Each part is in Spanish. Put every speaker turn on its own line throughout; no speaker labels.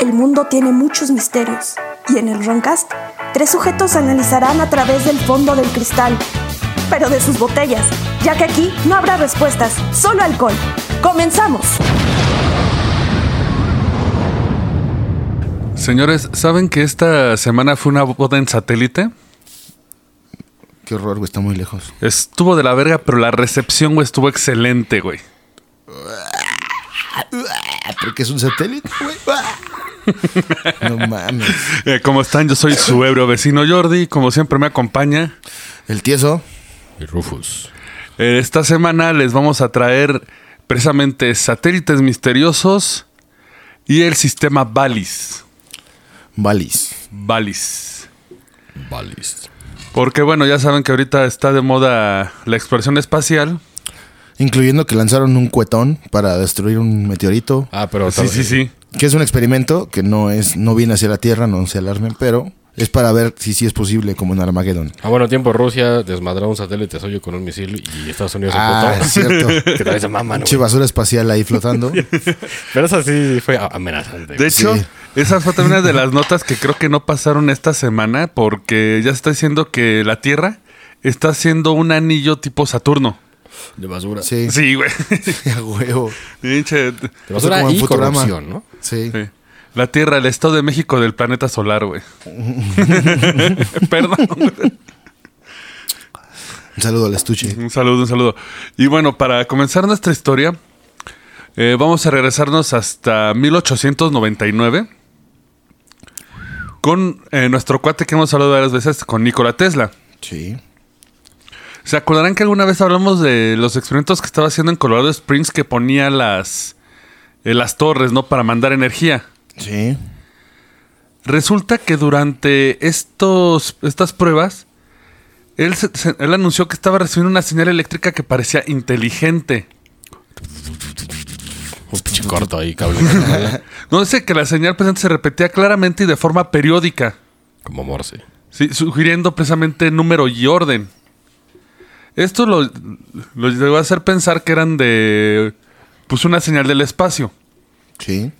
El mundo tiene muchos misterios y en el Roncast, tres sujetos analizarán a través del fondo del cristal, pero de sus botellas, ya que aquí no habrá respuestas, solo alcohol. ¡Comenzamos!
Señores, ¿saben que esta semana fue una boda en satélite?
Qué horror, güey, está muy lejos.
Estuvo de la verga, pero la recepción, güey, estuvo excelente, güey.
Porque Ah, es un satélite, güey. No mames.
Eh, ¿Cómo están? Yo soy su ebrio vecino Jordi. Como siempre me acompaña.
El tieso.
Y Rufus.
Eh, esta semana les vamos a traer precisamente satélites misteriosos y el sistema Valis.
Valis.
Valis.
Balist.
Porque bueno, ya saben que ahorita está de moda la exploración espacial.
Incluyendo que lanzaron un cuetón para destruir un meteorito.
Ah, pero
Sí, sí, sí.
Que es un experimento que no es, no viene hacia la Tierra, no se alarmen, pero es para ver si sí es posible como en Armageddon.
A Ah, bueno tiempo Rusia desmadró un satélite suyo con un misil y Estados Unidos
Ah, es
se
cierto.
Que también se maman,
Pinche
güey.
basura espacial ahí flotando.
Pero esa sí fue a- amenazante.
De
güey.
hecho,
Sí.
esa fue también una de las notas que creo que no pasaron esta semana porque ya está diciendo que la Tierra está haciendo un anillo tipo Saturno.
De basura.
Sí.
Sí, güey.
A huevo.
Pinche-
De basura
Como en
y
Futurama.
corrupción, ¿no?
Sí.
Sí. La Tierra, el Estado de México del planeta solar, güey. Perdón.
Un saludo al estuche.
Un saludo, un saludo. Y bueno, para comenzar nuestra historia, eh, vamos a regresarnos hasta 1899 con eh, nuestro cuate que hemos hablado varias veces, con Nikola Tesla.
Sí.
¿Se acordarán que alguna vez hablamos de los experimentos que estaba haciendo en Colorado Springs que ponía las, eh, las torres, ¿no? Para mandar energía.
Sí.
Resulta que durante estos, estas pruebas, él, se- se- él anunció que estaba recibiendo una señal eléctrica que parecía inteligente.
Un pinche corto ahí, cable. ¿no?
No dice que la señal presente se repetía claramente y de forma periódica,
Como Morse.
¿sí? sugiriendo precisamente número y orden. Esto lo, lo llegó a hacer pensar que eran de pues una señal del espacio.
Sí.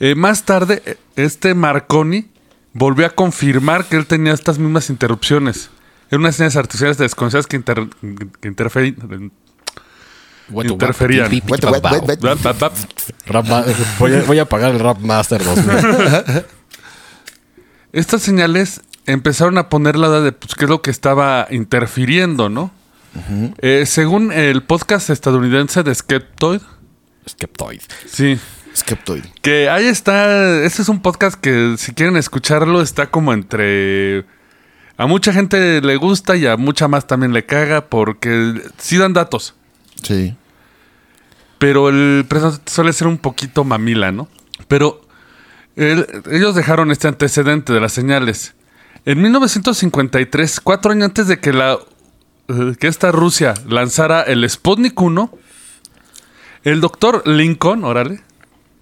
Eh, más tarde, eh, este Marconi volvió a confirmar que él tenía estas mismas interrupciones. Eran unas señales artificiales desconocidas que, inter- que interferían. Interferían.
Wet, wet, wet, wet.
Bap, bap, bap.
Rap ma- voy, a, voy a pagar el Rap Master 2000.
Estas señales empezaron a poner la edad de pues, qué es lo que estaba interfiriendo, ¿no? Eh, según el podcast estadounidense de Skeptoid,
Skeptoid.
sí,
Skeptoid.
que ahí está, este es un podcast que si quieren escucharlo está como entre... A mucha gente le gusta y a mucha más también le caga porque sí dan datos,
Sí.
pero el preso suele ser un poquito mamila, ¿no? Pero el- ellos dejaron este antecedente de las señales. En 1953, cuatro años antes de que la eh, que esta Rusia lanzara el Sputnik 1, el doctor Lincoln, órale,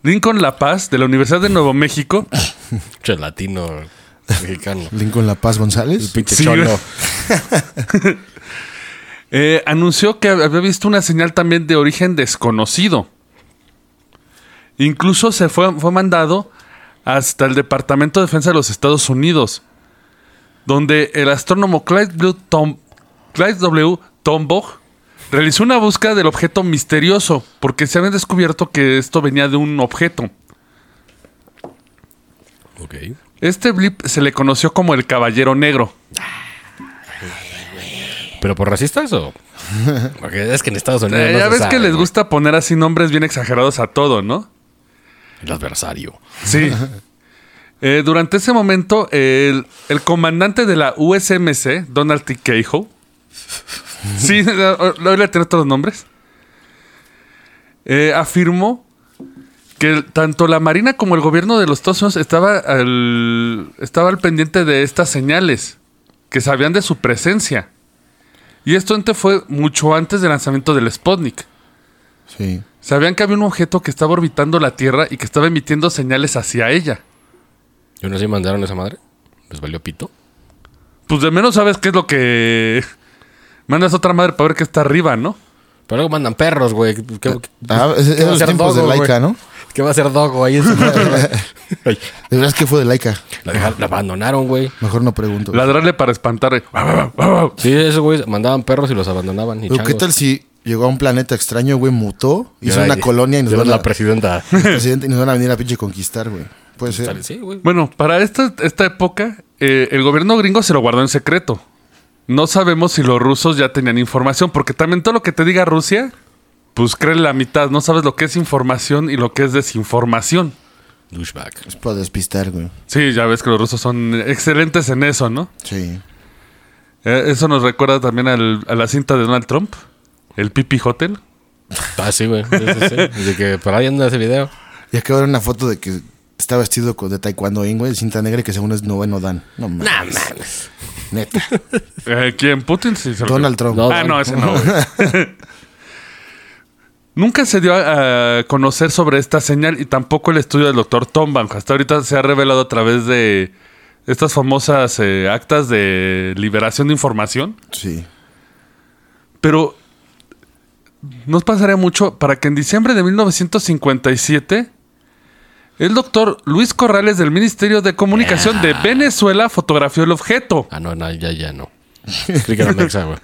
Lincoln La Paz de la Universidad de Nuevo México,
Che, latino mexicano.
Lincoln La Paz
El
González.
pinche
Sí,
cholo.
güey. eh, anunció que había visto una señal también de origen desconocido. Incluso se fue, fue mandado hasta el Departamento de Defensa de los Estados Unidos, donde el astrónomo Clyde W. Tom- Clyde W. Tombaugh realizó una búsqueda del objeto misterioso, porque se había descubierto que esto venía de un objeto.
Ok.
Este blip se le conoció como el Caballero Negro.
¿Pero por racistas o...? Porque es que en Estados Unidos
Eh,
no
ya
se
ves
sabe,
que les
güey.
gusta poner así nombres bien exagerados a todo, ¿no?
El adversario.
Sí. Eh, durante ese momento, el, el comandante de la USMC, Donald T. Cahill. sí, lo voy a tener todos los nombres. eh, afirmó que el- tanto la Marina como el gobierno de los Estados Unidos estaba al, estaba al pendiente de estas señales, que sabían de su presencia. Y esto ente fue mucho antes del lanzamiento del Sputnik.
Sí.
Sabían que había un objeto que estaba orbitando la Tierra y que estaba emitiendo señales hacia ella.
¿Y uno sí mandaron esa madre? ¿Les valió pito?
Pues de menos sabes qué es lo que. Mandas otra madre para ver qué está arriba, ¿no?
Pero luego mandan perros, güey. ¿Qué- qué-
Ah, es- eran los
Ser
tiempos
dogo,
de
güey.
Laika, ¿no?
que va a ser Dogo ahí en su madre. Ay,
De verdad es que fue de laica.
la, dejaron- la abandonaron, güey.
Mejor no pregunto.
Ladrarle para espantar. eh,
Sí, esos güey mandaban perros y los abandonaban. Y
Pero ¿Qué
changos.
tal si llegó a un planeta extraño, güey, mutó,
Y
hizo
ahora
una
ya-
colonia y nos
ya
van
ves
a...
la presidenta.
presidente y nos van a venir a pinche conquistar, güey. Puede ser.
Sí, güey.
Bueno, para esta, esta época, eh, el gobierno gringo se lo guardó en secreto. No sabemos si los rusos ya tenían información, porque también todo lo que te diga Rusia, pues cree la mitad. No sabes lo que es información y lo que es desinformación.
Douchebag.
Es para despistar, güey.
Sí, ya ves que los rusos son excelentes en eso, ¿no?
Sí.
Eh, eso nos recuerda también al- a la cinta de Donald Trump, el Pipi Hotel.
Ah, sí, güey. Sí, sí, sí. Desde que por ahí anda ese video.
Y acabo de ver una foto de que está vestido con- de taekwondo in, güey, de cinta negra y que según es noveno dan. No mames.
Nah, mames.
Neta.
Eh, ¿Quién? Putin. Sí, se lo-
Donald Trump.
No.
Ah, no, ese no. güey. Nunca se dio a, a conocer sobre esta señal y tampoco el estudio del doctor Tombaugh. Hasta ahorita se ha revelado a través de estas famosas eh, actas de liberación de información.
Sí.
Pero nos pasaría mucho para que en diciembre de 1957 el doctor Luis Corrales del Ministerio de Comunicación de Venezuela fotografió el objeto.
Ah, no, no, ya, ya no. Creí que era Mexa, güey.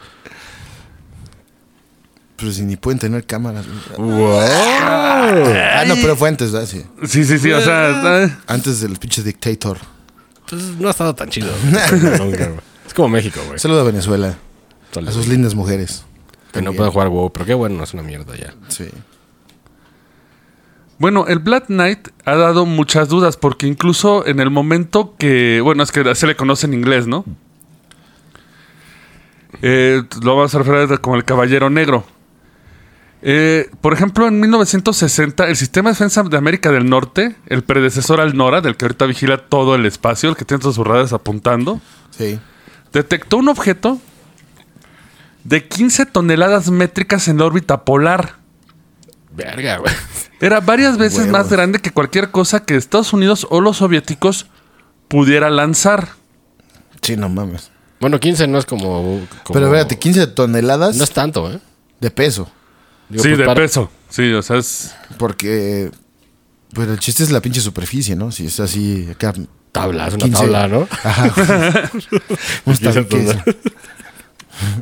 Pero Pues si ni pueden tener cámaras. güey. Ah, no, pero fue antes, ¿verdad? Sí.
Sí, sí, sí, o sea... eh,
Antes del pinche dictator.
Entonces Pues, no ha estado tan chido. güey. Nunca, güey. es como México, güey.
Saludo a Venezuela.
Sale,
A sus lindas mujeres.
Que no pueden jugar WoW, pero qué bueno, es una mierda ya.
Sí.
Bueno, el Black Knight ha dado muchas dudas porque incluso en el momento que, bueno, es que se le conoce en inglés, ¿no? Eh, lo vamos a referir como el Caballero Negro. Eh, por ejemplo, en 1960, el Sistema de Defensa de América del Norte, el predecesor al NORA, del que ahorita vigila todo el espacio, el que tiene todos sus radares apuntando,
Sí.
detectó un objeto de 15 toneladas métricas en la órbita polar.
Verga, güey.
Era varias veces
Huevos.
más grande que cualquier cosa que Estados Unidos o los soviéticos pudiera lanzar.
Sí, no mames.
Bueno, 15 no es como. como-
Pero espérate, 15 toneladas
No es tanto, ¿eh?
de peso.
Digo,
sí,
pues,
de
para-
peso. Sí, o sea, es...
Porque. Pero el chiste es la pinche superficie, ¿no? Si es así. Acá,
Tabla, es una
15.
tabla, ¿no?
Ajá. Unos
Quince
tanques.
toneladas.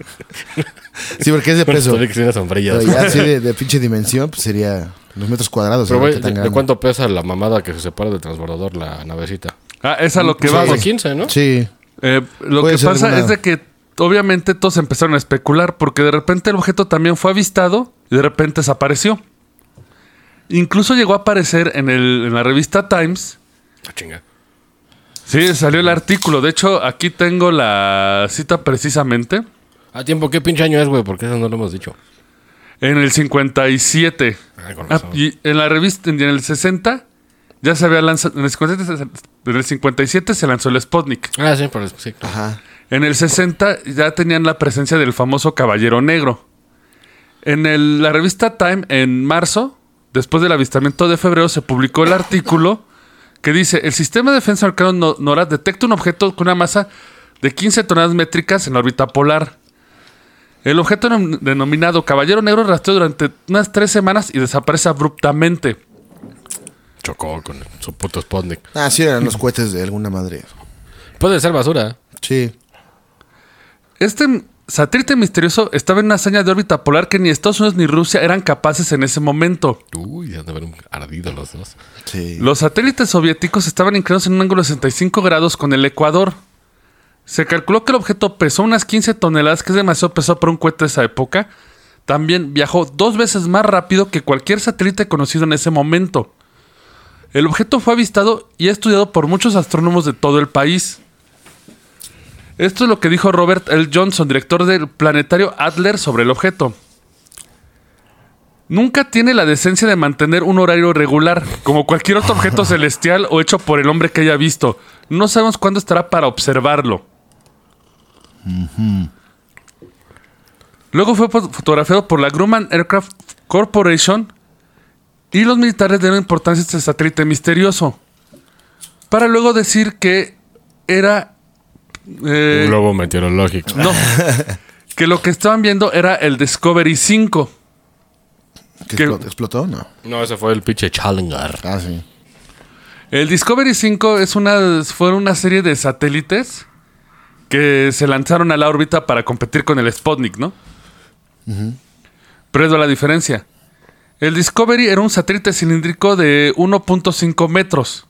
sí, porque es de peso.
Tiene que ser una sombrilla.
Pero ya así de, de pinche dimensión, pues sería los metros cuadrados.
Pero,
¿no?
güey,
Qué
¿de,
tan
de
grande.
cuánto pesa la mamada que se separa del transbordador, la navecita?
Ah, es a lo que
Sí.
va,
Como
güey.
15, ¿no?
Sí.
Eh, lo
Pues, Puede
que
ser
pasa
alguna-
es de que obviamente todos empezaron a especular porque de repente el objeto también fue avistado y de repente desapareció. Incluso llegó a aparecer en, el- en la revista Times.
Ah, chinga.
Sí, salió el artículo. De hecho, aquí tengo la cita precisamente.
A Ah, tiempo, ¿qué pinche año es, güey? Porque eso no lo hemos dicho.
En el 57.
Ah, con
Ah,
razón.
y en la revista, en el 60, ya se había lanzado. En el 57, se- en el 57 se lanzó el Sputnik.
Ah, sí, pero es- sí. claro.
Ajá.
En el 60 ya tenían la presencia del famoso Caballero Negro. En el- la revista Time, en marzo, después del avistamiento de febrero, se publicó el artículo que dice: El sistema de defensa arcano no- NORAD detecta un objeto con una masa de 15 toneladas métricas en la órbita polar. El objeto nom- denominado Caballero Negro rastreó durante unas tres semanas y desaparece abruptamente.
Chocó con su puto Sputnik.
Ah, sí, eran los cohetes de alguna madre.
Puede ser basura.
Sí.
Este m- satélite misterioso estaba en una hazaña de órbita polar que ni Estados Unidos ni Rusia eran capaces en ese momento.
Uy, se han de haber un- ardido los dos.
Sí.
Los satélites soviéticos estaban inclinados en un ángulo de 65 grados con el Ecuador. Se calculó que el objeto pesó unas 15 toneladas, que es demasiado pesado para un cohete de esa época. También viajó dos veces más rápido que cualquier satélite conocido en ese momento. El objeto fue avistado y estudiado por muchos astrónomos de todo el país. Esto es lo que dijo Robert L. Johnson, director del planetario Adler, sobre el objeto. Nunca tiene la decencia de mantener un horario regular, como cualquier otro objeto celestial o hecho por el hombre que haya visto. No sabemos cuándo estará para observarlo. Luego fue fo- fotografiado por la Grumman Aircraft Corporation y los militares dieron importancia a este satélite misterioso. Para luego decir que era... eh,
Un globo meteorológico.
no, que lo que estaban viendo era el Discovery 5.
¿Que
Que-
explotó, explotó? No.
No, ese fue el pinche Challenger.
Ah, sí.
El Discovery 5 es una, fueron una serie de satélites que se lanzaron a la órbita para competir con el Sputnik, ¿no? Pero es la diferencia. El Discovery era un satélite cilíndrico de 1.5 metros.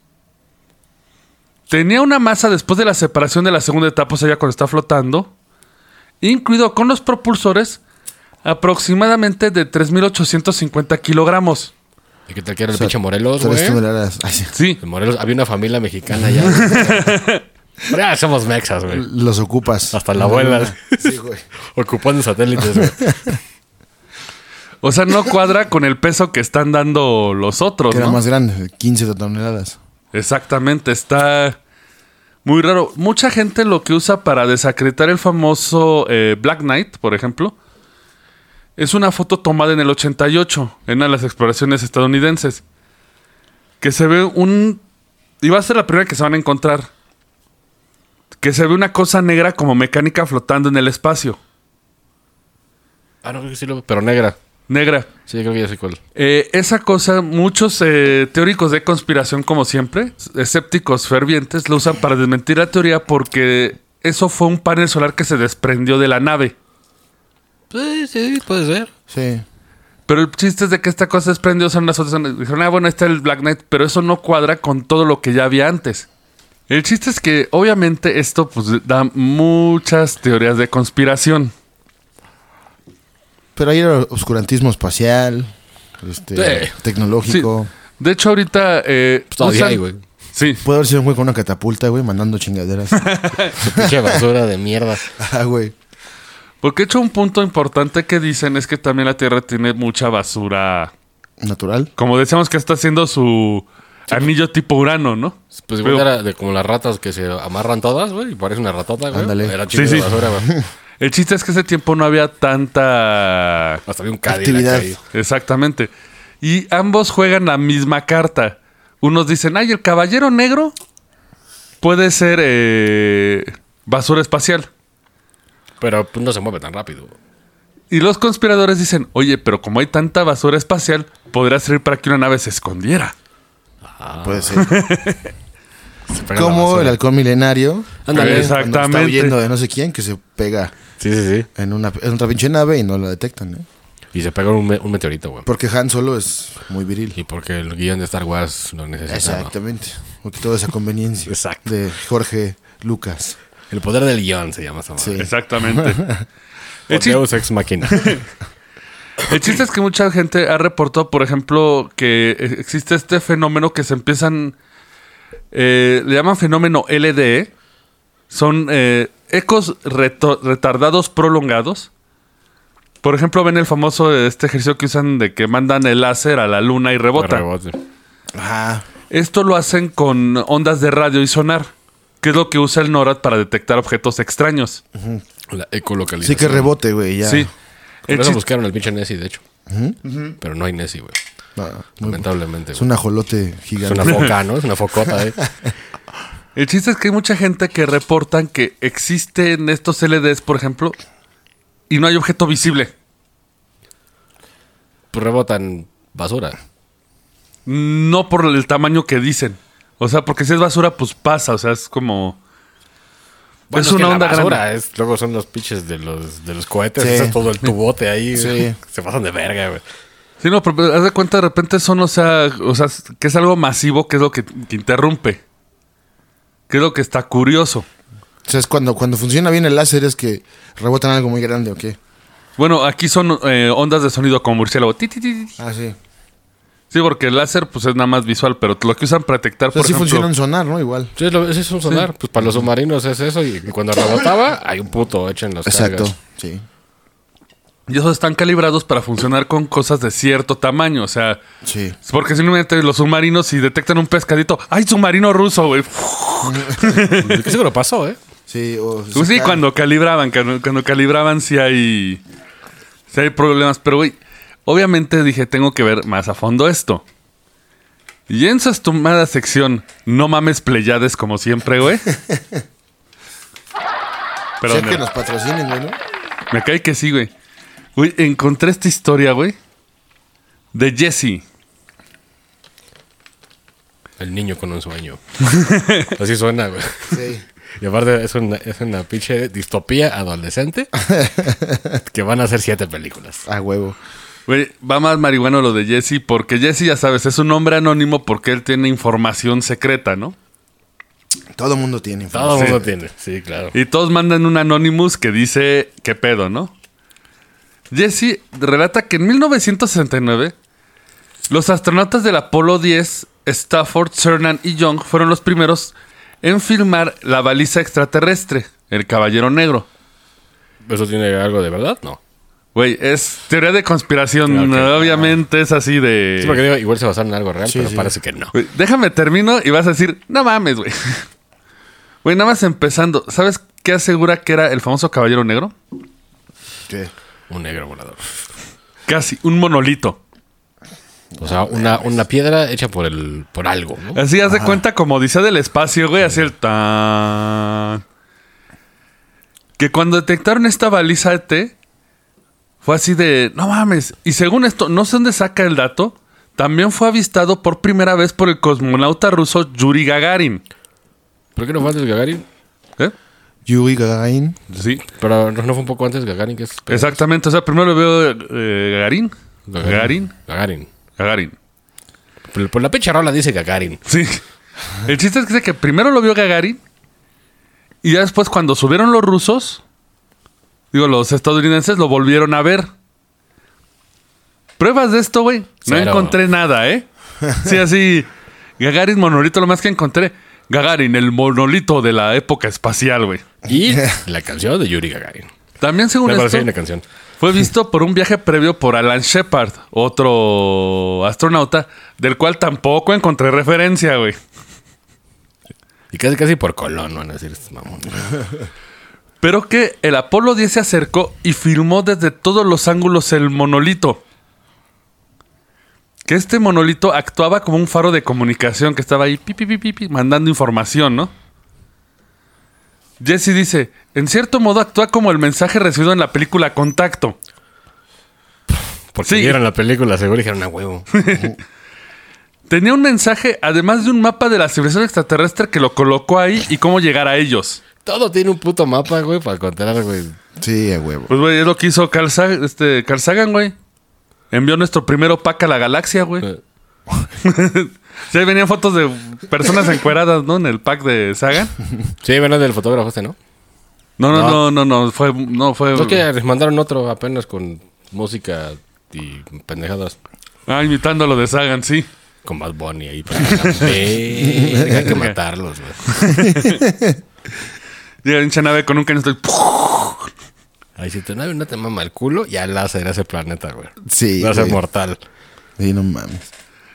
Tenía una masa después de la separación de la segunda etapa, o sea, ya cuando está flotando, incluido con los propulsores, aproximadamente de 3.850 kilogramos.
¿Y qué tal que era el
O sea,
pinche Morelos, güey?
Tres toneladas. Ay, sí.
Sí.
En Morelos había una familia mexicana ya. Pero ya somos mexas, güey.
Los ocupas.
Hasta la abuela.
Sí, güey.
Ocupando satélites, güey.
O sea, no cuadra con el peso que están dando los otros,
Que era
¿no?
más grande, 15 toneladas.
Exactamente, está muy raro. Mucha gente lo que usa para desacreditar el famoso eh, Black Knight, por ejemplo, es una foto tomada en el 88, en una de las exploraciones estadounidenses, que se ve un... Y va a ser la primera que se van a encontrar. Que se ve una cosa negra como mecánica flotando en el espacio.
Ah, no, creo que sí lo... Pero negra.
Negra.
Sí, creo que ya sé cuál.
Eh, esa cosa, muchos eh, teóricos de conspiración, como siempre, escépticos fervientes, lo usan para desmentir la teoría porque eso fue un panel solar que se desprendió de la nave.
Sí, Pues, sí, puede ser.
Sí.
Pero el chiste es de que esta cosa se desprendió, son las otras. Dijeron, ah, bueno, ahí está el Black Knight, pero eso no cuadra con todo lo que ya había antes. El chiste es que, obviamente, esto pues, da muchas teorías de conspiración.
Pero ahí era oscurantismo espacial, este,
Sí.
tecnológico.
De hecho, ahorita. eh,
Pues todavía
usan-
hay, güey.
Sí.
Puede haber sido un güey con una catapulta, güey, mandando chingaderas.
Pinche basura de mierda.
ah, güey.
Porque, de hecho, un punto importante que dicen es que también la Tierra tiene mucha basura
Natural.
Como decíamos que está haciendo su anillo tipo Urano, ¿no?
Pues
Pero-
igual era de como las ratas que se amarran todas, güey. Y parece una ratota, güey.
Ándale.
Era chido
Sí,
de
sí.
basura, güey.
El chiste es que ese tiempo no había tanta...
Hasta había un Cadillac
Actividad.
ahí.
Exactamente. Y ambos juegan la misma carta. Unos dicen, ay, el caballero negro puede ser eh, basura espacial.
Pero pues, no se mueve tan rápido.
Y los conspiradores dicen, oye, pero como hay tanta basura espacial, podría servir para que una nave se escondiera.
Puede ser.
Ah, Se pega en la
Como
basura.
el halcón milenario.
Exacto.
cuando
Ándale.
Está
Exactamente.
huyendo de no sé quién que se pega
Sí, sí, sí.
en una en otra pinche nave y no lo detectan, ¿eh?
Y se pega un, me- un meteorito, güey.
Porque Han solo es muy viril.
Y porque el guión de Star Wars lo necesitaba.
Exactamente. Porque toda esa conveniencia
Exacto.
de Jorge Lucas.
El poder del guión se llama esa madre.
Sí.
Exactamente.
O
El chiste-
Deus Ex Machina.
El chiste es que mucha gente ha reportado, por ejemplo, que existe este fenómeno que se empiezan. eh, le llaman fenómeno LDE. Son eh, ecos reto- retardados prolongados. Por ejemplo, ven el famoso eh, este ejercicio que usan de que mandan el láser a la luna y rebota.
Rebote.
Ah,
Esto lo hacen con ondas de radio y sonar, que es lo que usa el NORAD para detectar objetos extraños.
La ecolocalización.
sí que rebote, güey, ya.
Sí.
Pues, Por
El
eso
chis-
buscaron el pinche Nessie, de hecho. Pero no hay Nessie, güey.
Ah, muy-
Lamentablemente.
es
güey.
un ajolote
Es
gigante.
una foca, ¿no? Es una focota, eh.
El chiste es que hay mucha gente que reportan que existen estos LEDs, por ejemplo, y no hay objeto visible.
Pues rebotan basura.
No por el tamaño que dicen. O sea, porque si es basura, pues pasa. O sea, es como.
Bueno,
es una
que la
onda
basura
grande.
es- luego son los pinches de los, de los cohetes.
Sí.
eso es todo el tubote ahí.
Sí.
güey. Se pasan de verga, güey.
Sí, no, pero haz de cuenta, de repente son, o sea, o sea, que es algo masivo que es lo que, que interrumpe. Que es lo que está curioso.
O sea, es cuando, cuando funciona bien el láser es que rebotan algo muy grande, ¿o qué?
Bueno, aquí son eh, ondas de sonido como murciélago. Ti, ti, ti, ti.
Ah, sí.
Sí, porque el láser, pues es nada más visual, pero lo que usan para detectar,
O sea,
por
sí
ejemplo.
funciona en sonar, ¿no? Igual.
Sí, lo- ese es un sonar. Pues para los submarinos es eso. Y cuando rebotaba, hay un puto hecho en los
Exacto.
cargas.
Sí.
Y esos están calibrados para funcionar con cosas de cierto tamaño. O sea,
Sí.
es porque simplemente los submarinos, si detectan un pescadito, ¡ay, submarino ruso, güey!
Que seguro pasó, ¿eh?
Sí, o
Pues sí, cuando calibraban, cuando, cuando calibraban, sí hay, sí hay problemas. Pero, güey, obviamente dije, tengo que ver más a fondo esto. Y en su estimada sección, no mames pleyades como siempre, güey.
Perdón,
Perdón,
que nos patrocinen, güey, ¿no?
me cae que sí, güey. Güey, encontré esta historia, güey, de Jesse.
El niño con un sueño. Así suena, güey.
Sí.
Y aparte es una, es una pinche distopía adolescente que van a hacer siete películas.
A huevo.
Güey, va más marihuano lo de Jesse, porque Jesse, ya sabes, es un hombre anónimo porque él tiene información secreta, ¿no?
Todo mundo tiene
Todo
información.
el mundo tiene. Sí, claro.
Y todos mandan un Anonymous que dice, ¿qué pedo, no? Jesse relata que en 1969, los astronautas del Apolo 10, Stafford, Cernan y Young, fueron los primeros en filmar la baliza extraterrestre, el Caballero Negro.
¿Eso tiene algo de verdad? No.
Güey, es teoría de conspiración,
Claro que-
obviamente es así de...
Sí, porque digo, igual se basaron en algo real,
Sí,
pero
sí.
parece que no.
Güey, déjame termino y vas a decir, no mames, güey. Güey, nada más empezando, ¿sabes qué asegura que era el famoso Caballero Negro?
¿Qué?
Un negro volador.
Casi, un monolito.
O sea, una, una piedra hecha por el por algo, ¿no?
Así haz de cuenta como dice del espacio, güey, así el tan. Que cuando detectaron esta baliza ET, fue así de, no mames. Y según esto, no sé dónde saca el dato, también fue avistado por primera vez por el cosmonauta ruso Yuri Gagarin.
¿Por qué no fue antes Gagarin?
¿Eh?
Yuri Gagarin.
Sí.
Pero no, no fue un poco antes Gagarin, que es.
Exactamente, o sea, primero lo veo eh, Gagarin. Gagarin.
Gagarin.
Gagarin.
Por, por la pinche rola dice Gagarin.
Sí. El chiste es que, dice que primero lo vio Gagarin y ya después cuando subieron los rusos, digo, los estadounidenses lo volvieron a ver. Pruebas de esto, güey. No
Cero.
encontré nada, ¿eh? Sí, así. Gagarin monolito, lo más que encontré. Gagarin, el monolito de la época espacial, güey.
Y la canción de Yuri Gagarin.
También según
Me
esto,
parece una canción.
fue visto por un viaje previo por Alan Shepard, otro astronauta, del cual tampoco encontré referencia, güey.
Y casi casi por Colón van a decir "Este estos mamones.
Pero que el Apolo 10 se acercó y filmó desde todos los ángulos el monolito. Que este monolito actuaba como un faro de comunicación que estaba ahí pi, pi, pi, pi, pi, mandando información, ¿no? Jesse dice, en cierto modo actúa como el mensaje recibido en la película Contacto.
Porque
Sí.
vieron la película, seguro dijeron a huevo.
Tenía un mensaje, además de un mapa de la civilización extraterrestre que lo colocó ahí y cómo llegar a ellos.
Todo tiene un puto mapa, güey, para contar, güey.
Sí, a huevo.
Pues, güey, es lo que hizo Carl, Sa- este, Carl Sagan, güey. Envió nuestro primero pack a la galaxia, güey.
Eh,
Sí, ahí venían fotos de personas encueradas, ¿no? En el pack de Sagan.
Sí, verdad del fotógrafo este, ¿no?
No, no, no, no, no, fue, no fue.
No que les mandaron otro apenas con música y pendejadas.
Ah, imitando lo de Sagan, sí.
Con Bad Bunny ahí. Para Verga, hay que matarlos, güey.
Llega en nave con un cañón. estoy-
Ahí si tu nave no te mama el culo, ya la hacer ese planeta, güey.
Sí,
Va a ser
güey.
mortal.
Sí, no mames.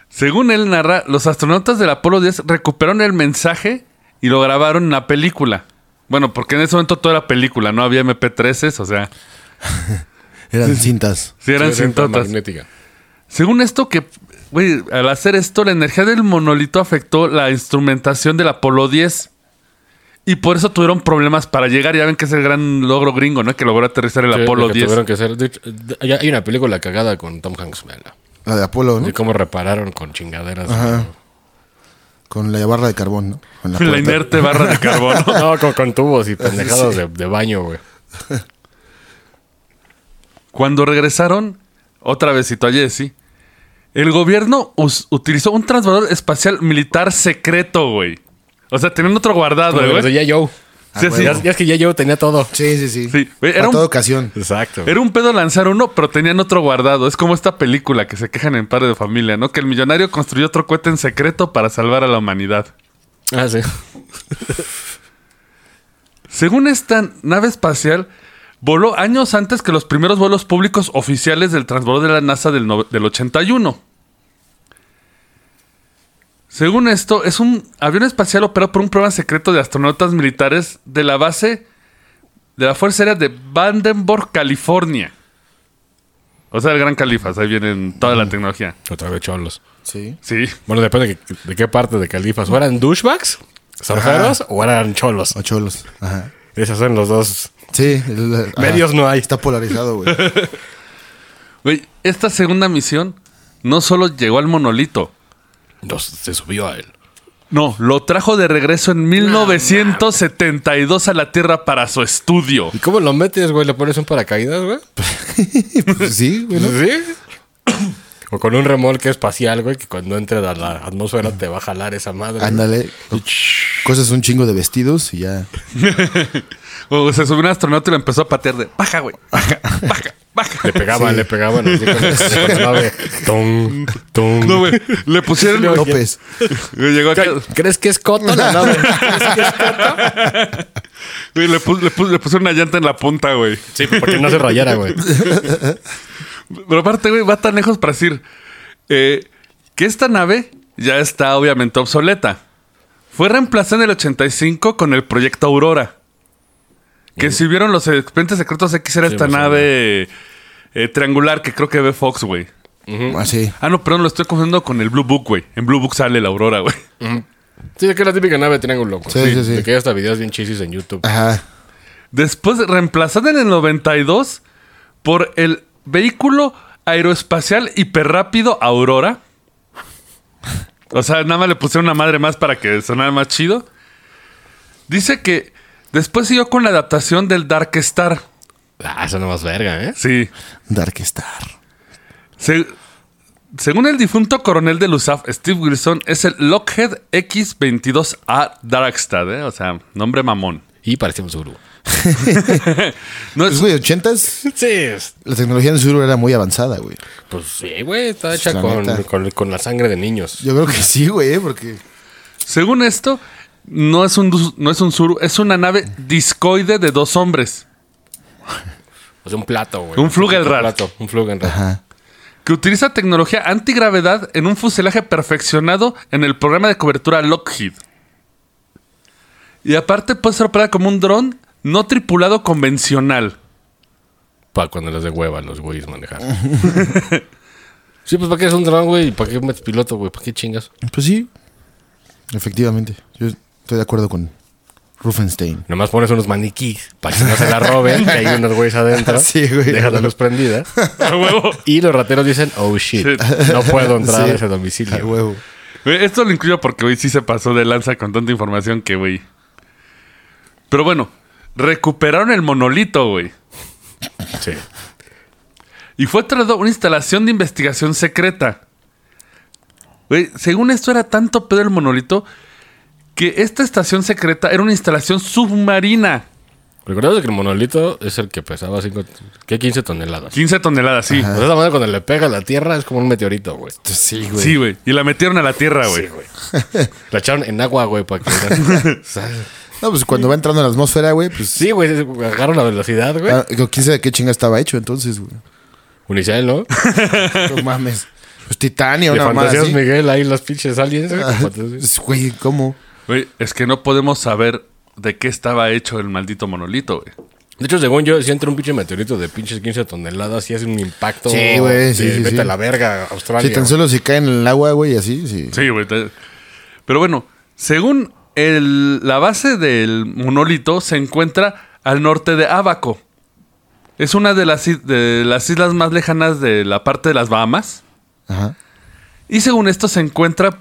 Según él narra, los astronautas del Apolo 10 recuperaron el mensaje y lo grabaron en la película. Bueno, porque en ese momento todo era película, no había MP3s, o sea,
Eran cintas.
sí eran
Sí, cinta
sintotas.
magnética.
Según esto que, güey, al hacer esto, la energía del monolito afectó la instrumentación del Apolo 10. Y por eso tuvieron problemas para llegar. Ya ven que es el gran logro gringo, ¿no? Que logró aterrizar el
Sí,
Apolo
lo que
10.
Tuvieron que hacer. de hecho, de- hay- hay una película cagada con Tom Hanks, véanla.
La de Apolo, ¿no?
De cómo repararon con chingaderas.
Ajá. Con la barra de carbón, ¿no? Con
La,
puerta.
inerte barra de carbono.
güey. No, con, con tubos y pendejadas de, de baño, güey.
Cuando regresaron, otra vez cito a Jesse, el gobierno us- utilizó un transbordador espacial militar secreto, güey. O sea, tenían otro guardado,
Como los de
güey.
Yayo.
Sí,
Ah,
Ah, sí.
Ya, ya es que Yayo tenía todo.
Sí, sí, sí.
Sí, güey, era
Para
un-
toda ocasión.
Exacto.
Era un pedo lanzar uno, pero tenían otro guardado. Es como esta película que se quejan en Padre de Familia, ¿no? Que el millonario construyó otro cohete en secreto para salvar a la humanidad.
Ah, sí.
Según esta nave espacial, voló años antes que los primeros vuelos públicos oficiales del transbordador de la NASA del, no- del 81. Según esto, es un avión espacial operado por un programa secreto de astronautas militares de la base de la Fuerza Aérea de Vandenborg, California. O sea, el Gran Califas, ahí viene toda la tecnología.
Otra vez cholos.
Sí.
Sí.
Bueno, depende de, de qué parte de Califas. ¿O eran douchebags? ¿Zorjeros? ¿O eran cholos?
O cholos. Ajá.
Esos son los dos.
Sí. el- ajá.
Medios no hay.
Está polarizado, güey.
Güey, esta segunda misión no solo llegó al monolito,
Los- se subió a él.
no, lo trajo de regreso en 1972 a la Tierra para su estudio.
¿Y cómo lo metes, güey? ¿Le pones un paracaídas, güey?
sí, güey. ¿no?
¿Sí? O con un remolque espacial, güey, que cuando entre a la atmósfera te va a jalar esa madre. güey.
Ándale. Cosas un chingo de vestidos y ya.
O se subió un astronauta y lo empezó a patear de baja, güey, baja, baja, baja.
Le pegaban,
Sí.
le pegaban. Así con el- con el ave. Tum, tum.
No, güey, le pusieron.
López.
Güey, llegó acá,
¿Crees que es coto? la nave?
güey, le, pus- le pus- le pusieron una llanta en la punta, güey.
Sí, porque no se rayara, güey.
Pero aparte, güey, va tan lejos para decir eh, que esta nave ya está obviamente obsoleta. Fue reemplazada en el 85 con el proyecto Aurora. Que sirvieron los expedientes secretos X era
Sí,
esta
me suena.
nave eh, triangular que creo que ve Fox, güey.
Así.
Ah, no, perdón, lo estoy confundiendo con el Blue Book, güey. En Blue Book sale la Aurora, güey.
Sí, es que es la típica nave de triángulo, güey.
Sí, sí, Ah. sí.
De que hay hasta videos bien chisis en YouTube.
Ajá.
Después, reemplazada en el 92 por el vehículo aeroespacial hiperrápido Aurora. O sea, nada más le pusieron una madre más para que sonara más chido. Dice que después siguió con la adaptación del Dark Star.
Ah, eso no más verga, ¿eh?
Sí.
Dark Star.
Se- según el difunto coronel del USAF, Steve Wilson, es el Lockheed X-22A Darkstar, ¿eh? O sea, nombre mamón.
Y parecíamos gurú.
No
Los
es,
Pues, güey, ochentas,
Sí,
la tecnología en sur era muy avanzada, güey.
pues sí, güey. Está hecha
La
con,
neta.
con, con la sangre de niños.
Yo creo que sí, güey, ¿eh? porque
Según esto, no es un dus- no es un suru, es una nave discoide de dos hombres
O sea, un plato, güey.
Un Flugelrad.
Un plato, un Flugelrad.
que utiliza tecnología antigravedad en un fuselaje perfeccionado en el programa de cobertura Lockheed. Y aparte puede ser operada como un dron no tripulado convencional.
Para cuando les dé hueva a los güeyes manejar. sí, pues ¿para qué es un dron, güey? ¿Y ¿Para qué metes piloto, güey? ¿Para qué chingas?
pues sí, efectivamente. Yo estoy de acuerdo con Rufenstein.
Nomás pones unos maniquís para que no se la roben, que hay unos güeyes adentro.
Sí, güey.
Dejas la luz prendida.
A huevo.
Y los rateros dicen, oh shit,
Sí.
no puedo entrar
Sí.
a ese
A
domicilio. güey".
huevo.
Güey, Esto lo incluyo porque hoy sí se pasó de lanza con tanta información que, güey. Pero bueno, recuperaron el monolito, güey.
Sí.
Y fue trasladado a una instalación de investigación secreta. Güey, según esto era tanto pedo el monolito que esta estación secreta era una instalación submarina.
Recordemos que el monolito es el que pesaba cinco, ¿qué? 15 toneladas.
15 toneladas, sí.
O sea, esa madre cuando le pega a la tierra es como un meteorito, güey.
Pues Sí,
Sí, güey. Y la metieron a la tierra, güey.
Sí, güey. La echaron en agua, güey, para que...
No, pues cuando va entrando en la atmósfera, güey, pues sí.
sí, güey, agarraron la velocidad, güey.
¿Quién sabe qué chinga estaba hecho entonces, güey?
Unicel, ¿no?
No mames. Pues titanio,
De
nada más.
fantasías
¿sí?
Miguel, ahí los pinches aliens. güey, con
Ah,
fantasías.
Güey, ¿cómo?
Güey, es que no podemos saber de qué estaba hecho el maldito monolito, güey.
De hecho, según yo, si entra un pinche meteorito de pinches 15 toneladas, y hace un impacto.
Sí, güey, sí,
de
sí,
Vete
sí.
a la verga, Australia.
si tan
güey.
solo se cae en el agua, güey, así, sí.
Sí, güey. te- Pero bueno, según el- la base del monolito se encuentra al norte de Abaco. Es una de las, i- de las islas más lejanas de la parte de las Bahamas.
Ajá.
Y según esto se encuentra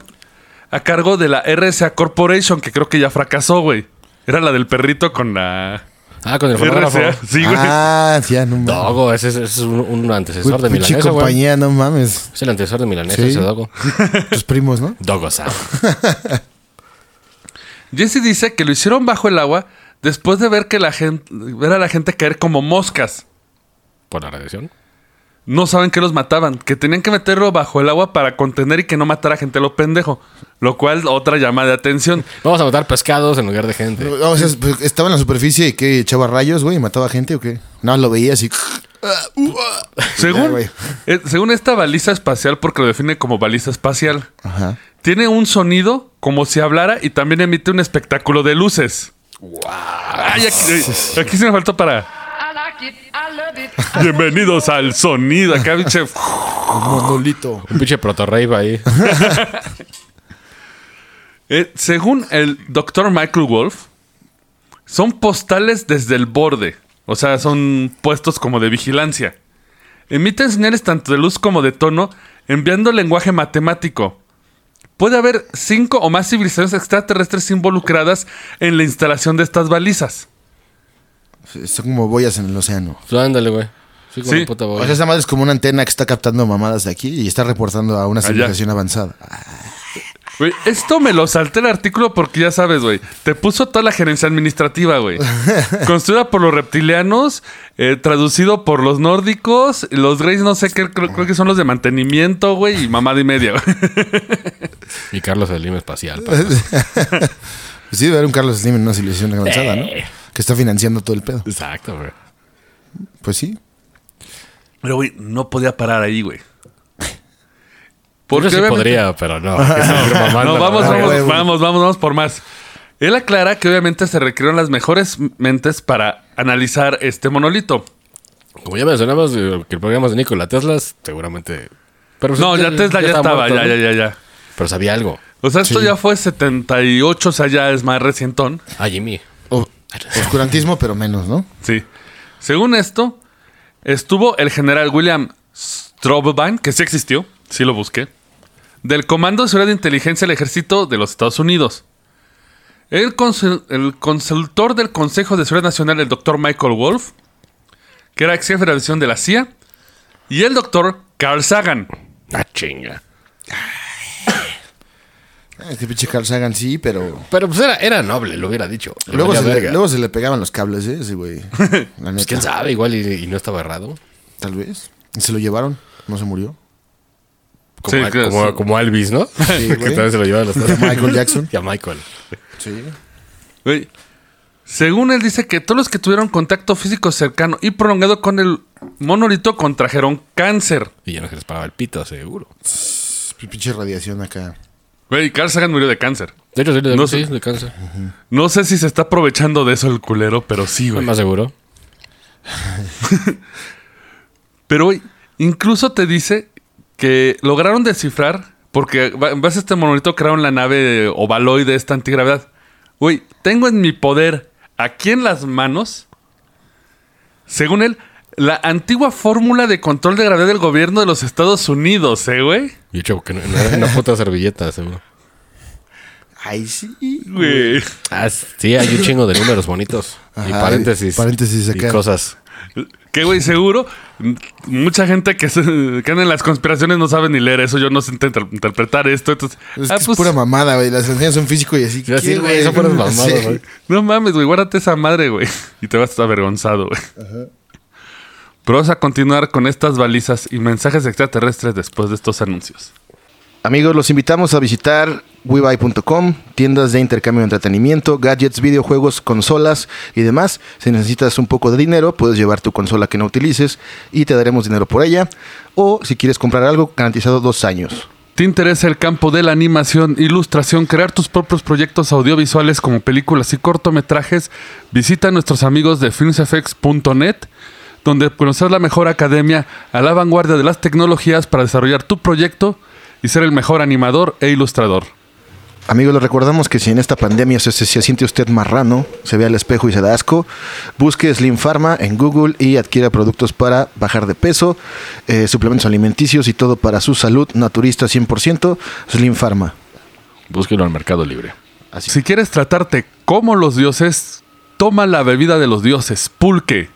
a cargo de la RSA Corporation, que creo que ya fracasó, güey. Era la del perrito con la
Ah, con el fotógrafo.
RSA. Sí, güey.
Ah, ya, no mames.
Dogo, ese es, ese es un, un
Güey,
antecesor de
pinche
Milanesa, güey.
compañía, no mames.
Es el antecesor de Milanesa,
Sí.
ese Dogo.
Tus primos, ¿no?
Dogo sabe.
Jesse dice que lo hicieron bajo el agua después de ver, que la gente, ver a la gente caer como moscas.
Por la radiación.
No saben que los mataban, que tenían que meterlo bajo el agua para contener y que no matara gente a lo pendejo. Lo cual, otra llamada de atención.
Vamos a matar pescados en lugar de gente.
No, o sea, pues, estaba en la superficie y que echaba rayos, güey, y mataba gente o qué. No, lo veía así. Ya,
Según,
güey.
eh, según esta baliza espacial, porque lo define como baliza espacial,
Ajá.
tiene un sonido como si hablara y también emite un espectáculo de luces. Ay, aquí, eh, aquí sí me faltó para...
I like it. I love it.
Bienvenidos al sonido. Acá, pinche,
Monolito.
Un pinche protorrave ahí.
Eh, según el doctor Michael Wolf, son postales desde el borde. O sea, son puestos como de vigilancia. Emiten señales tanto de luz como de tono enviando lenguaje matemático. Puede haber cinco o más civilizaciones extraterrestres involucradas en la instalación de estas balizas.
Son como boyas en el océano.
Pues ándale, güey. Sí, con
Sí.
una puta
O
bola.
sea, esa madre es como una antena que está captando mamadas de aquí y está reportando a una civilización avanzada.
Güey, esto me lo salté el artículo porque ya sabes, güey. Te puso toda la gerencia administrativa, güey. Construida por los reptilianos, eh, traducido por los nórdicos, los greys no sé qué, creo, creo que son los de mantenimiento, güey, y mamada y media, güey.
Y Carlos Slim espacial. pa.
Sí, debe haber un Carlos Slim en una civilización avanzada, ¿no?
Eh.
Que está financiando todo el pedo.
Exacto, güey.
Pues sí.
Pero, güey, no podía parar ahí, güey.
Porque sí
obviamente-
podría, pero no. Mamando,
No, vamos,
¿verdad?
vamos,
huevo.
vamos, vamos, vamos por más. Él aclara que obviamente se requirieron las mejores mentes para analizar este monolito.
Como ya mencionamos, eh, que el programa es de Nikola Tesla, seguramente. Pero pues
No,
sí,
ya Tesla ya,
está
estaba,
muerto,
ya,
¿no?
ya, ya, ya.
Pero sabía algo.
O sea, esto ya fue 78, o sea, ya es más recientón.
Ah, Jimmy.
O- oscurantismo, pero menos, ¿no?
Sí. Según esto, estuvo el general William Strobebank, que sí existió, sí lo busqué, del Comando de Seguridad de Inteligencia del Ejército de los Estados Unidos. El, consul- el consultor del Consejo de Seguridad Nacional, el doctor Michael Wolf, que era ex jefe de la división de la CIA, y el doctor Carl Sagan.
Ah, chinga.
Este pinche Carl Sagan sí, pero...
Pero pues era, era noble, lo hubiera dicho. Le
Luego
valía
se, le,
verga.
luego se le pegaban los cables, ¿eh? Ese güey. La
Pues
neta.
quién sabe, igual y, y no estaba errado.
Tal vez. Se lo llevaron. No se murió.
Como,
Sí,
a-
claro,
como,
sí.
como Elvis, ¿no? Sí, que
güey.
también se lo llevan los
a Michael Jackson.
Y a Michael.
Sí.
Güey, Según él dice que todos los que tuvieron contacto físico cercano y prolongado con el monolito contrajeron cáncer.
Y ya no se les paraba el pito, seguro.
Pinche radiación acá.
Güey, Carl Sagan murió de cáncer.
De hecho, sí, de,
No
sí,
sé.
de cáncer.
No sé si se está aprovechando de eso el culero, pero sí,
Fue
güey.
más seguro.
Pero, güey, incluso te dice que lograron descifrar, porque va- en base a este monolito crearon la nave ovaloide, esta antigravedad. Güey, tengo en mi poder, aquí en las manos, según él, la antigua fórmula de control de gravedad del gobierno de los Estados Unidos, ¿eh, güey?
Y hecho, que no, no era una puta servilleta, seguro.
Ay, sí.
Güey.
Ah, sí, hay un chingo de números bonitos. y
Ajá,
paréntesis.
y paréntesis
y
acá.
cosas.
Que, güey, seguro, m- mucha gente que, se- que anda en las conspiraciones no sabe ni leer eso. Yo no sé inter- interpretar esto. Entonces,
Es,
ah,
que es
pues,
pura mamada, güey. Las enseñas son físico y así.
Yo así,
¿qué,
güey, son puras mamadas,
Sí.
güey.
no mames, güey, guárdate esa madre, güey. Y te vas avergonzado, güey. Pero vamos a continuar con estas balizas y mensajes extraterrestres después de estos anuncios.
Amigos, los invitamos a visitar webuy.com, tiendas de intercambio de entretenimiento, gadgets, videojuegos, consolas y demás. Si necesitas un poco de dinero, puedes llevar tu consola que no utilices y te daremos dinero por ella. O si quieres comprar algo, garantizado dos años.
¿Te interesa el campo de la animación, ilustración, crear tus propios proyectos audiovisuales como películas y cortometrajes? Visita a nuestros amigos de filmsfx.net, donde conocer la mejor academia a la vanguardia de las tecnologías para desarrollar tu proyecto y ser el mejor animador e ilustrador.
Amigos, les recordamos que si en esta pandemia se, se siente usted marrano, se ve al espejo y se da asco, busque Slim Pharma en Google y adquiera productos para bajar de peso, eh, suplementos alimenticios y todo para su salud naturista 100%, Slim Pharma.
Búsquenlo al mercado libre.
Así.
Si quieres tratarte como los dioses, toma la bebida de los dioses, pulque.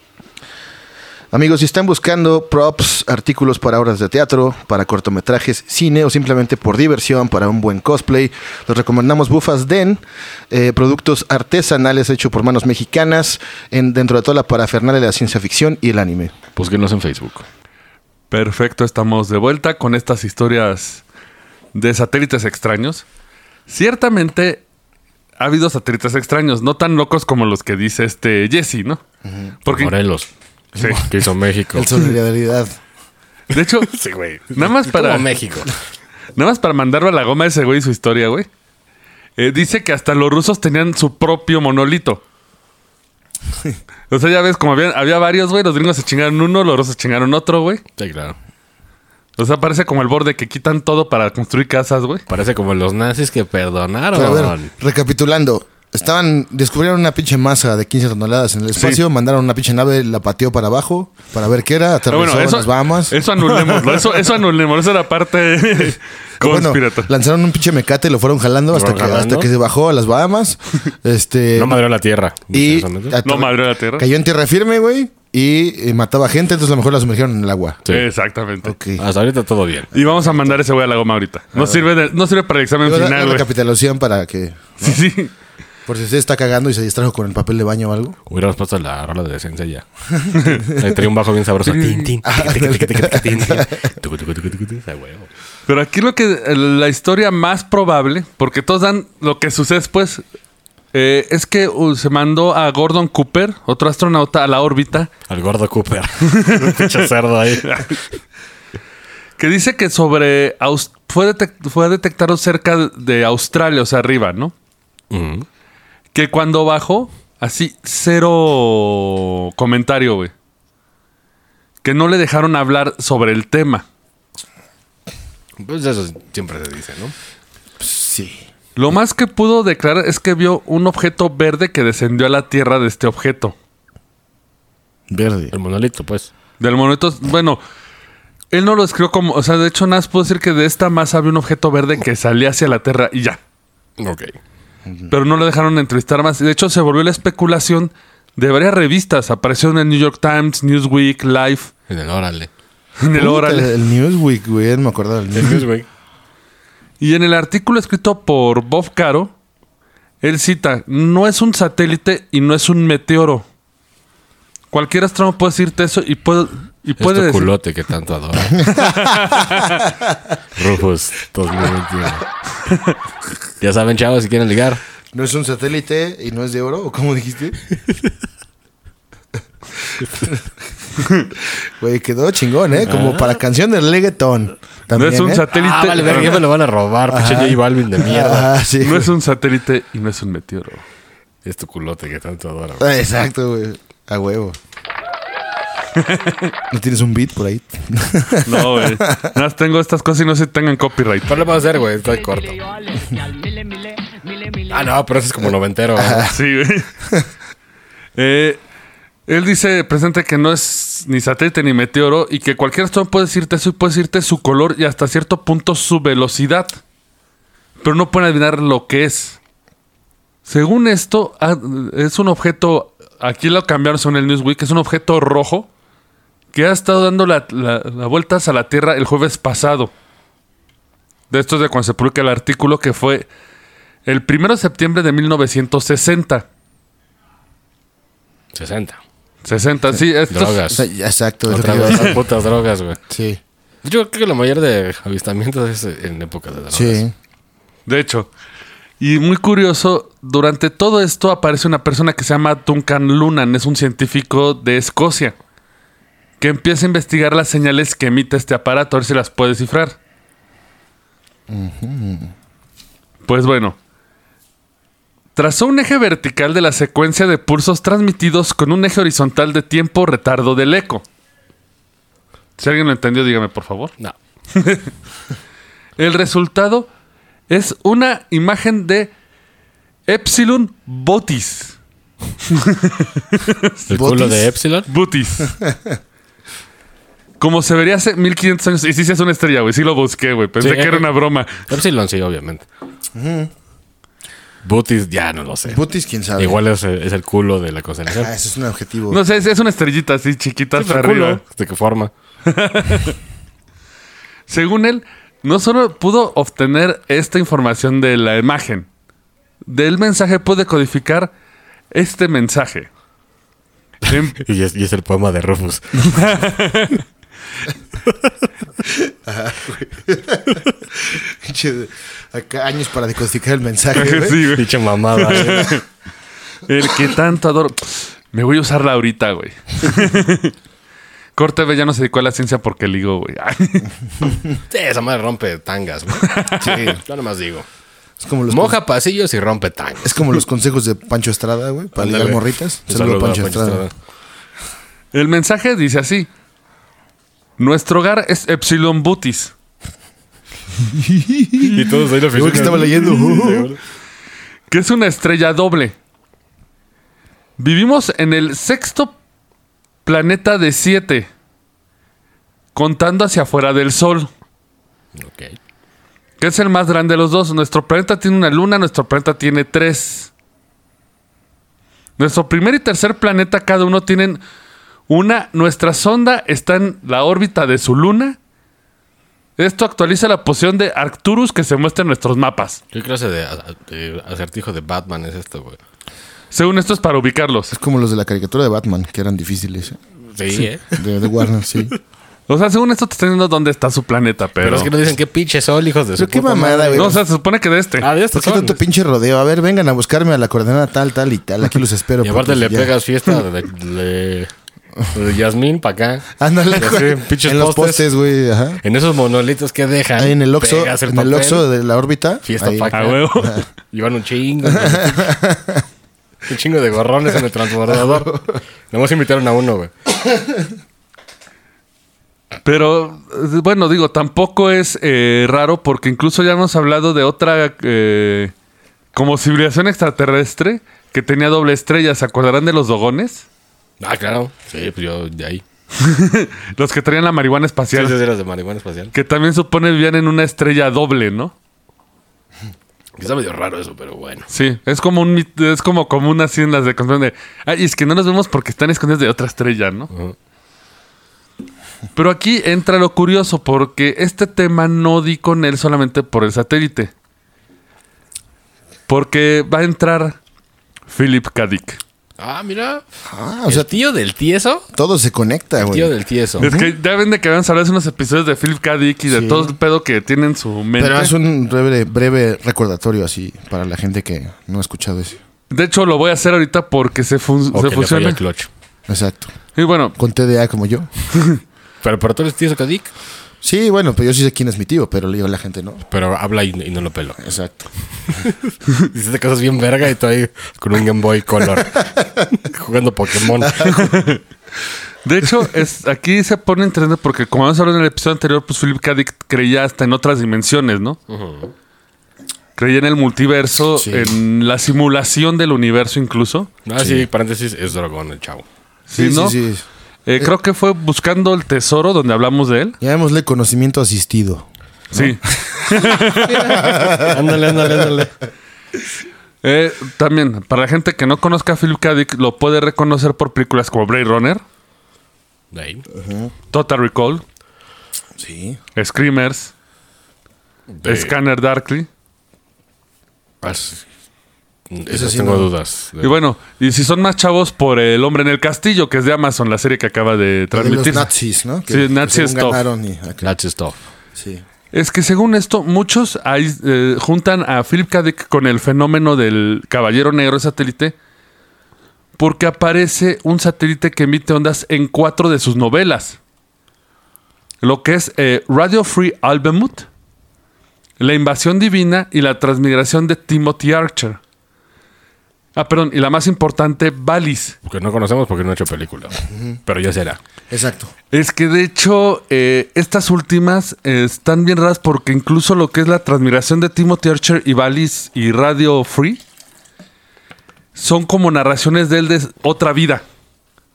Amigos, si están buscando props, artículos para obras de teatro, para cortometrajes, cine o simplemente por diversión, para un buen cosplay, les recomendamos Bufas Den, eh, productos artesanales hechos por manos mexicanas en, dentro de toda la parafernalia de la ciencia ficción y el anime.
Búsquenlos en Facebook.
Perfecto, estamos de vuelta con estas historias de satélites extraños. Ciertamente ha habido satélites extraños, no tan locos como los que dice este Jesse, ¿no? Porque
Morelos.
Sí.
Que hizo México.
El solidaridad.
de hecho,
Sí, güey.
Nada más para-
Como México.
Nada más para mandarlo a la goma ese güey y su historia, güey. Eh, dice que hasta los rusos tenían su propio monolito. O sea, ya ves, como había, había varios, güey, los gringos se chingaron uno, los rusos se chingaron otro, güey.
Sí, claro.
O sea, parece como el borde que quitan todo para construir casas, güey.
Parece como los nazis que perdonaron.
Pero a ver, recapitulando. Estaban, descubrieron una pinche masa de 15 toneladas en el espacio, mandaron una pinche nave, la pateó para abajo para ver qué era,
Pero
aterrizó en las Bahamas.
Eso anulémoslo, eso, eso anulémoslo, esa era la parte
Bueno,
conspiratoria.
lanzaron un pinche mecate y lo fueron jalando hasta,
fueron
que,
jalando.
hasta que se bajó a las Bahamas. este,
No madreó la tierra.
y
Dicen eso, ¿no?
ater-
No madre la tierra.
cayó en tierra firme, güey, y eh, mataba gente, entonces a lo mejor la sumergieron en el agua.
Sí.
Exactamente.
Ok.
Hasta ahorita todo bien.
Y vamos a mandar ese güey a la goma ahorita. No sirve, de- no sirve para el examen
Digo, la-
final,
la
güey.
recapitulación para que,
Sí, sí.
por si usted está cagando y se distrajo con el papel de baño o algo.
Hubiéramos puesto la rola de decencia ya. Ahí traía un bajo bien sabroso. Tin, tin, tic, tic, tic, tic, tic, tin, tin. Tucu, tucu, tucu, tucu, tucu. Ay, huevo.
Pero aquí lo que la historia más probable, porque todos dan lo que sucede después, eh, es que uh, se mandó a Gordon Cooper, otro astronauta, a la órbita,
Al gordo Cooper. Un pinche cerdo ahí.
que dice que sobre Aus- fue, detec- fue detectado cerca de Australia, o sea, arriba, ¿no?
Ujú.
Que cuando bajó, así, cero comentario, güey. Que no le dejaron hablar sobre el tema.
Pues eso siempre se dice, ¿no?
Sí.
Lo más que pudo declarar es que vio un objeto verde que descendió a la Tierra de este objeto.
Verde.
El monolito, pues.
Del monolito, bueno, él no lo escribió como, o sea, de hecho nada más puedo decir que de esta masa había un objeto verde que salía hacia la Tierra y ya.
Ok.
Pero no lo dejaron entrevistar más. De hecho se volvió la especulación de varias revistas. Apareció en el New York Times, Newsweek, Life,
En el órale.
en el
Puta,
Oral.
El Newsweek, güey, ya no me acordaba del Newsweek.
Y en el artículo escrito por Bob Caro, él cita, no es un satélite y no es un meteoro. Cualquier astrónomo puede decirte eso y puede, y
Este
puede decir...
culote que tanto adoro. Rufus 2021. ya saben, chavos, si quieren ligar.
¿No es un satélite y no es de oro? ¿O cómo dijiste? Güey, quedó chingón, ¿eh? Como para canción del reggaetón.
No
También,
es un
¿eh?
satélite.
Ah, vale, verga, ya me lo van a robar, pinche J Balvin de mierda.
Ah, sí.
No es un satélite y no es un meteoro.
Es tu culote que tanto adoro.
Ah, Exacto, güey. A huevo. ¿No tienes un beat por ahí?
No, güey. Nada más tengo estas cosas y no se tengan copyright.
Pero lo vamos a hacer, güey, está corto. Ah, no, pero eso es como noventero. güey.
Sí, güey. Eh, él dice presente que no es ni satélite ni meteoro y que cualquier astrónomo puede decirte eso y puede decirte su color y hasta cierto punto su velocidad. Pero no pueden adivinar lo que es. Según esto, ah, es un objeto. Aquí lo cambiaron según el Newsweek. Es un objeto rojo que ha estado dando la- la- la vueltas a la Tierra el jueves pasado. De esto es de cuando se publica el artículo que fue el 1 de septiembre de 1960.
60.
60, sí, estos-
Drogas.
O sea, ya, exacto. es lo
Otra
que iba a
vez,
decir.
putas drogas, güey.
Sí.
Yo creo que la mayoría de avistamientos es en época de drogas.
Sí.
de hecho. Y muy curioso, durante todo esto aparece una persona que se llama Duncan Lunan, es un científico de Escocia, que empieza a investigar las señales que emite este aparato, a ver si las puede descifrar. Pues bueno, trazó un eje vertical de la secuencia de pulsos transmitidos con un eje horizontal de tiempo retardo del eco. Si alguien lo entendió, dígame por favor.
No.
El resultado es una imagen de Epsilon Botis.
¿Botis?
El culo de Epsilon.
Botis. Como se vería hace 1500 años. Y sí, sí es una estrella, güey. Sí lo busqué, güey. Pensé
Sí.
que era una broma.
Epsilon, sí, obviamente. Booties, ya no lo sé.
Putis, quién sabe.
Igual es, es el culo de la constelación.
Ah, eso es un objetivo.
No sé, es, es una estrellita así chiquita
Sí,
hasta
pero culo,
arriba.
¿De qué forma?
Según él, no solo pudo obtener esta información de la imagen, del mensaje puede codificar este mensaje. Em- En-
Y es, y es el poema de Rufus.
Pinche- Acá años para decodificar el mensaje, güey.
Sí, güey.
Dicha mamada. ¿eh?
El que tanto adoro. Me voy a usarla ahorita, güey. Corte B ya no se dedicó a la ciencia porque ligó, güey. Ay.
Sí, esa madre rompe tangas, güey. Sí, yo nomás digo.
Es como los,
Moja pasillos y rompe tanques.
es como los consejos de Pancho Estrada, güey, para ligar
Ándale.
morritas.
Un
Saludo,
saludo a
Pancho, Estrada.
El mensaje dice así. Nuestro hogar es Epsilon Butis.
Y todos ahí en la
Igual
oficina.
que estaba leyendo.
que es una estrella doble. Vivimos en el sexto planeta de siete, contando hacia afuera del Sol,
Ok.
que es el más grande de los dos. Nuestro planeta tiene una luna, nuestro planeta tiene tres. Nuestro primer y tercer planeta cada uno tienen una. Nuestra sonda está en la órbita de su luna. Esto actualiza la posición de Arcturus que se muestra en nuestros mapas.
¿Qué clase de, a- de acertijo de Batman es esto, güey?
Según esto es para ubicarlos.
Es como los de la caricatura de Batman, que eran difíciles. ¿eh?
Sí, ¿eh?
De, de Warner, sí.
O sea, según esto te está diciendo dónde está su planeta, pero.
Pero, es que no dicen qué pinche sol, hijos de su
Pero qué
puta
mamada,
madre.
güey.
No, o sea, se supone que de este.
Ah, de
¿Por
estos
qué
son.
tanto pinche rodeo? A ver, vengan a buscarme a la coordenada tal, tal y tal. Aquí los espero.
Y aparte
porque
le
ya-
pegas fiesta de, de, de Yasmín para acá.
Ándale,
Y así,
güey.
pinches
En los postes, güey. Ajá.
En esos monolitos que dejan.
Ahí en el Oxxo,
pegas
en el
papel,
Oxxo de la órbita.
Fiesta
ahí.
pa' acá.
A huevo.
Llevan un chingo. güey. un chingo de gorrones en el transbordador. Nomás invitaron a uno, güey.
Pero, eh, bueno, digo, tampoco es eh, raro porque incluso ya hemos hablado de otra eh, como civilización extraterrestre que tenía doble estrella. ¿Se acordarán de los dogones?
Ah, claro. Sí, pues yo de ahí.
Los que traían la marihuana
Sí,
espacial.
esas eras de marihuana espacial.
Que también supone vivían en una estrella doble, ¿no?
Está medio raro eso, pero bueno.
Sí, es como un mit- es como común así en las de control de ay, es que no nos vemos porque están escondidos de otra estrella, ¿no?
Ujú.
Pero aquí entra lo curioso, porque este tema no di con él solamente por el satélite. Porque va a entrar Philip Kadik.
Ah, mira.
Ah, o sea,
el tío del tieso. Ah,
todo se conecta,
Tío
güey.
del tieso.
Es que ya ven de que habíamos hablado hace unos episodios de Philip Kadik y de todo el pedo que tiene en su mente.
Pero es un breve, breve recordatorio así para la gente que no ha escuchado eso.
De hecho, lo voy a hacer ahorita porque se, fun-
O
se
que le falló
funciona.
el clutch.
Exacto.
Y bueno,
Con TDA como yo.
Pero, pero tú eres tieso, Kadik.
Sí, bueno, pues yo sí sé quién es mi tío, pero le digo a la gente no.
Pero habla y, y no lo pelo.
Exacto.
Dices cosas bien verga y tú ahí con un Game Boy Color. jugando Pokémon. Ah,
de hecho, es, aquí se pone interesante porque como habíamos hablado en el episodio anterior, pues Philip Kadik creía hasta en otras dimensiones, ¿no? Creía en el multiverso,
Sí.
en la simulación del universo incluso.
Ah, sí, paréntesis, es dragón el chavo.
Sí, ¿no?
sí, sí.
Eh, creo que fue buscando el tesoro donde hablamos de él.
Llamémosle conocimiento asistido.
Sí.
ándale, ándale, ándale.
Eh, también, para la gente que no conozca a Philip K. Dick, lo puede reconocer por películas como Blade Runner,
De ahí.
Total Recall,
Sí.
Screamers,
De-
Scanner Darkly.
Ah, sí.
Eso
Esas
sí,
tengo
no.
dudas.
Y bueno, y si son más chavos por El Hombre en el Castillo, que es de Amazon, la serie que acaba de
De los
transmitir.
nazis, ¿no?
Sí, nazis
según
top.
ganaron y acá.
That's stuff.
Sí.
Es que según esto, muchos ahí, eh, juntan a Philip K. Dick con el fenómeno del caballero negro de satélite, porque aparece un satélite que emite ondas en cuatro de sus novelas. Lo que es eh, Radio Free Albemuth, La Invasión Divina y la Transmigración de Timothy Archer. Ah, perdón, y la más importante, Valis.
Que no conocemos porque no ha hecho película. Pero ya será.
Exacto.
Es que de hecho, eh, estas últimas eh, están bien raras porque incluso lo que es la transmigración de Timothy Archer y Valis y Radio Free son como narraciones de él de otra vida.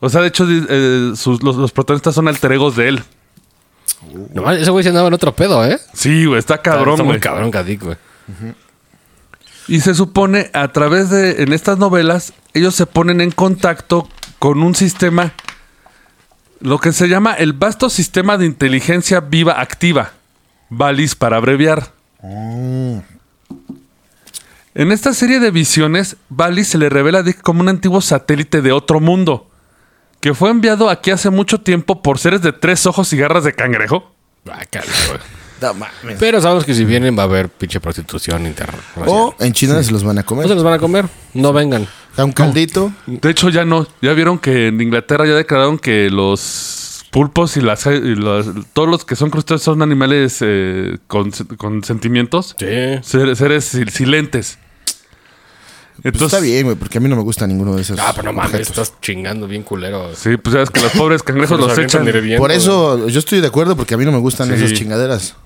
O sea, de hecho, di- eh, sus- los, los protagonistas son alter egos de él.
Nomás ese güey se andaba en otro pedo, ¿eh?
Sí, güey, está cabrón,
Está muy
güey.
cabrón, Kadik, güey.
Y se supone a través de, en estas novelas, ellos se ponen en contacto con un sistema, lo que se llama el vasto sistema de inteligencia viva activa, VALIS para abreviar. En esta serie de visiones, VALIS se le revela a Dick como un antiguo satélite de otro mundo, que fue enviado aquí hace mucho tiempo por seres de tres ojos y garras de cangrejo.
Ah, cabrón, güey. Pero sabemos que si vienen va a haber pinche prostitución interna.
O en China se los van a
Oh, no se
comer.
los van a comer. No vengan.
Da un caldito.
De hecho, ya no. Ya vieron que en Inglaterra ya declararon que los pulpos y, las, y las- todos los que son crustáceos son animales eh, con, con sentimientos.
Sí.
Seres, seres sil- silentes.
Pues está bien, güey, porque a mí no me gusta ninguno de esos.
Ah, pero no mames,
objetos.
estás chingando bien culero.
Sí, pues sabes que los pobres cangrejos los,
avientan
echan.
hirviendo,
Por
güey.
eso yo estoy de acuerdo porque a mí no me gustan
Sí.
esas chingaderas.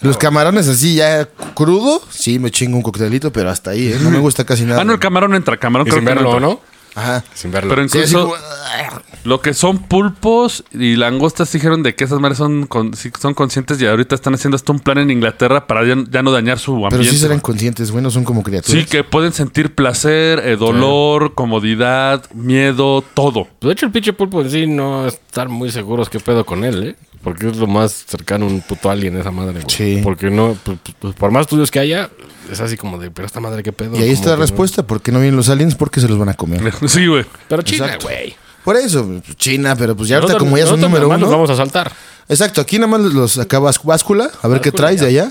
Los camarones así ya crudo, sí me chingo un coctelito, pero hasta ahí, ¿eh? No me gusta casi nada.
Ah, no, el camarón entra, el camarón
Y
creo
sin
que no
verlo,
entra.
¿no?
Ajá.
Sin verlo.
Pero
Sí,
incluso
así como- ah,
lo que son pulpos y langostas dijeron de que esas madres son, con- sí son conscientes y ahorita están haciendo hasta un plan en Inglaterra para ya, ya no dañar su ambiente.
Pero sí serán
güey.
conscientes, güey, no son como criaturas.
Sí, que pueden sentir placer, eh, dolor, comodidad, miedo, todo.
De hecho, el pinche pulpo en sí no estar muy seguros qué pedo con él, ¿eh? Porque es lo más cercano a un puto alien esa madre, güey.
Sí.
Porque no, pues, pues, por más estudios que haya, es así como de, pero esta madre qué pedo.
Y ahí
Como
está la
que no.
respuesta, ¿por qué no vienen los aliens? Porque se los van a comer.
Sí, güey.
Pero China,
Exacto.
güey.
Por eso, pues, China, pero pues ya ahorita
Nosotros-
como ya son
nosotros
número
nomás
uno.
Nos vamos a saltar.
Exacto, aquí nada más los acá vas- báscula, a ver qué traes de allá.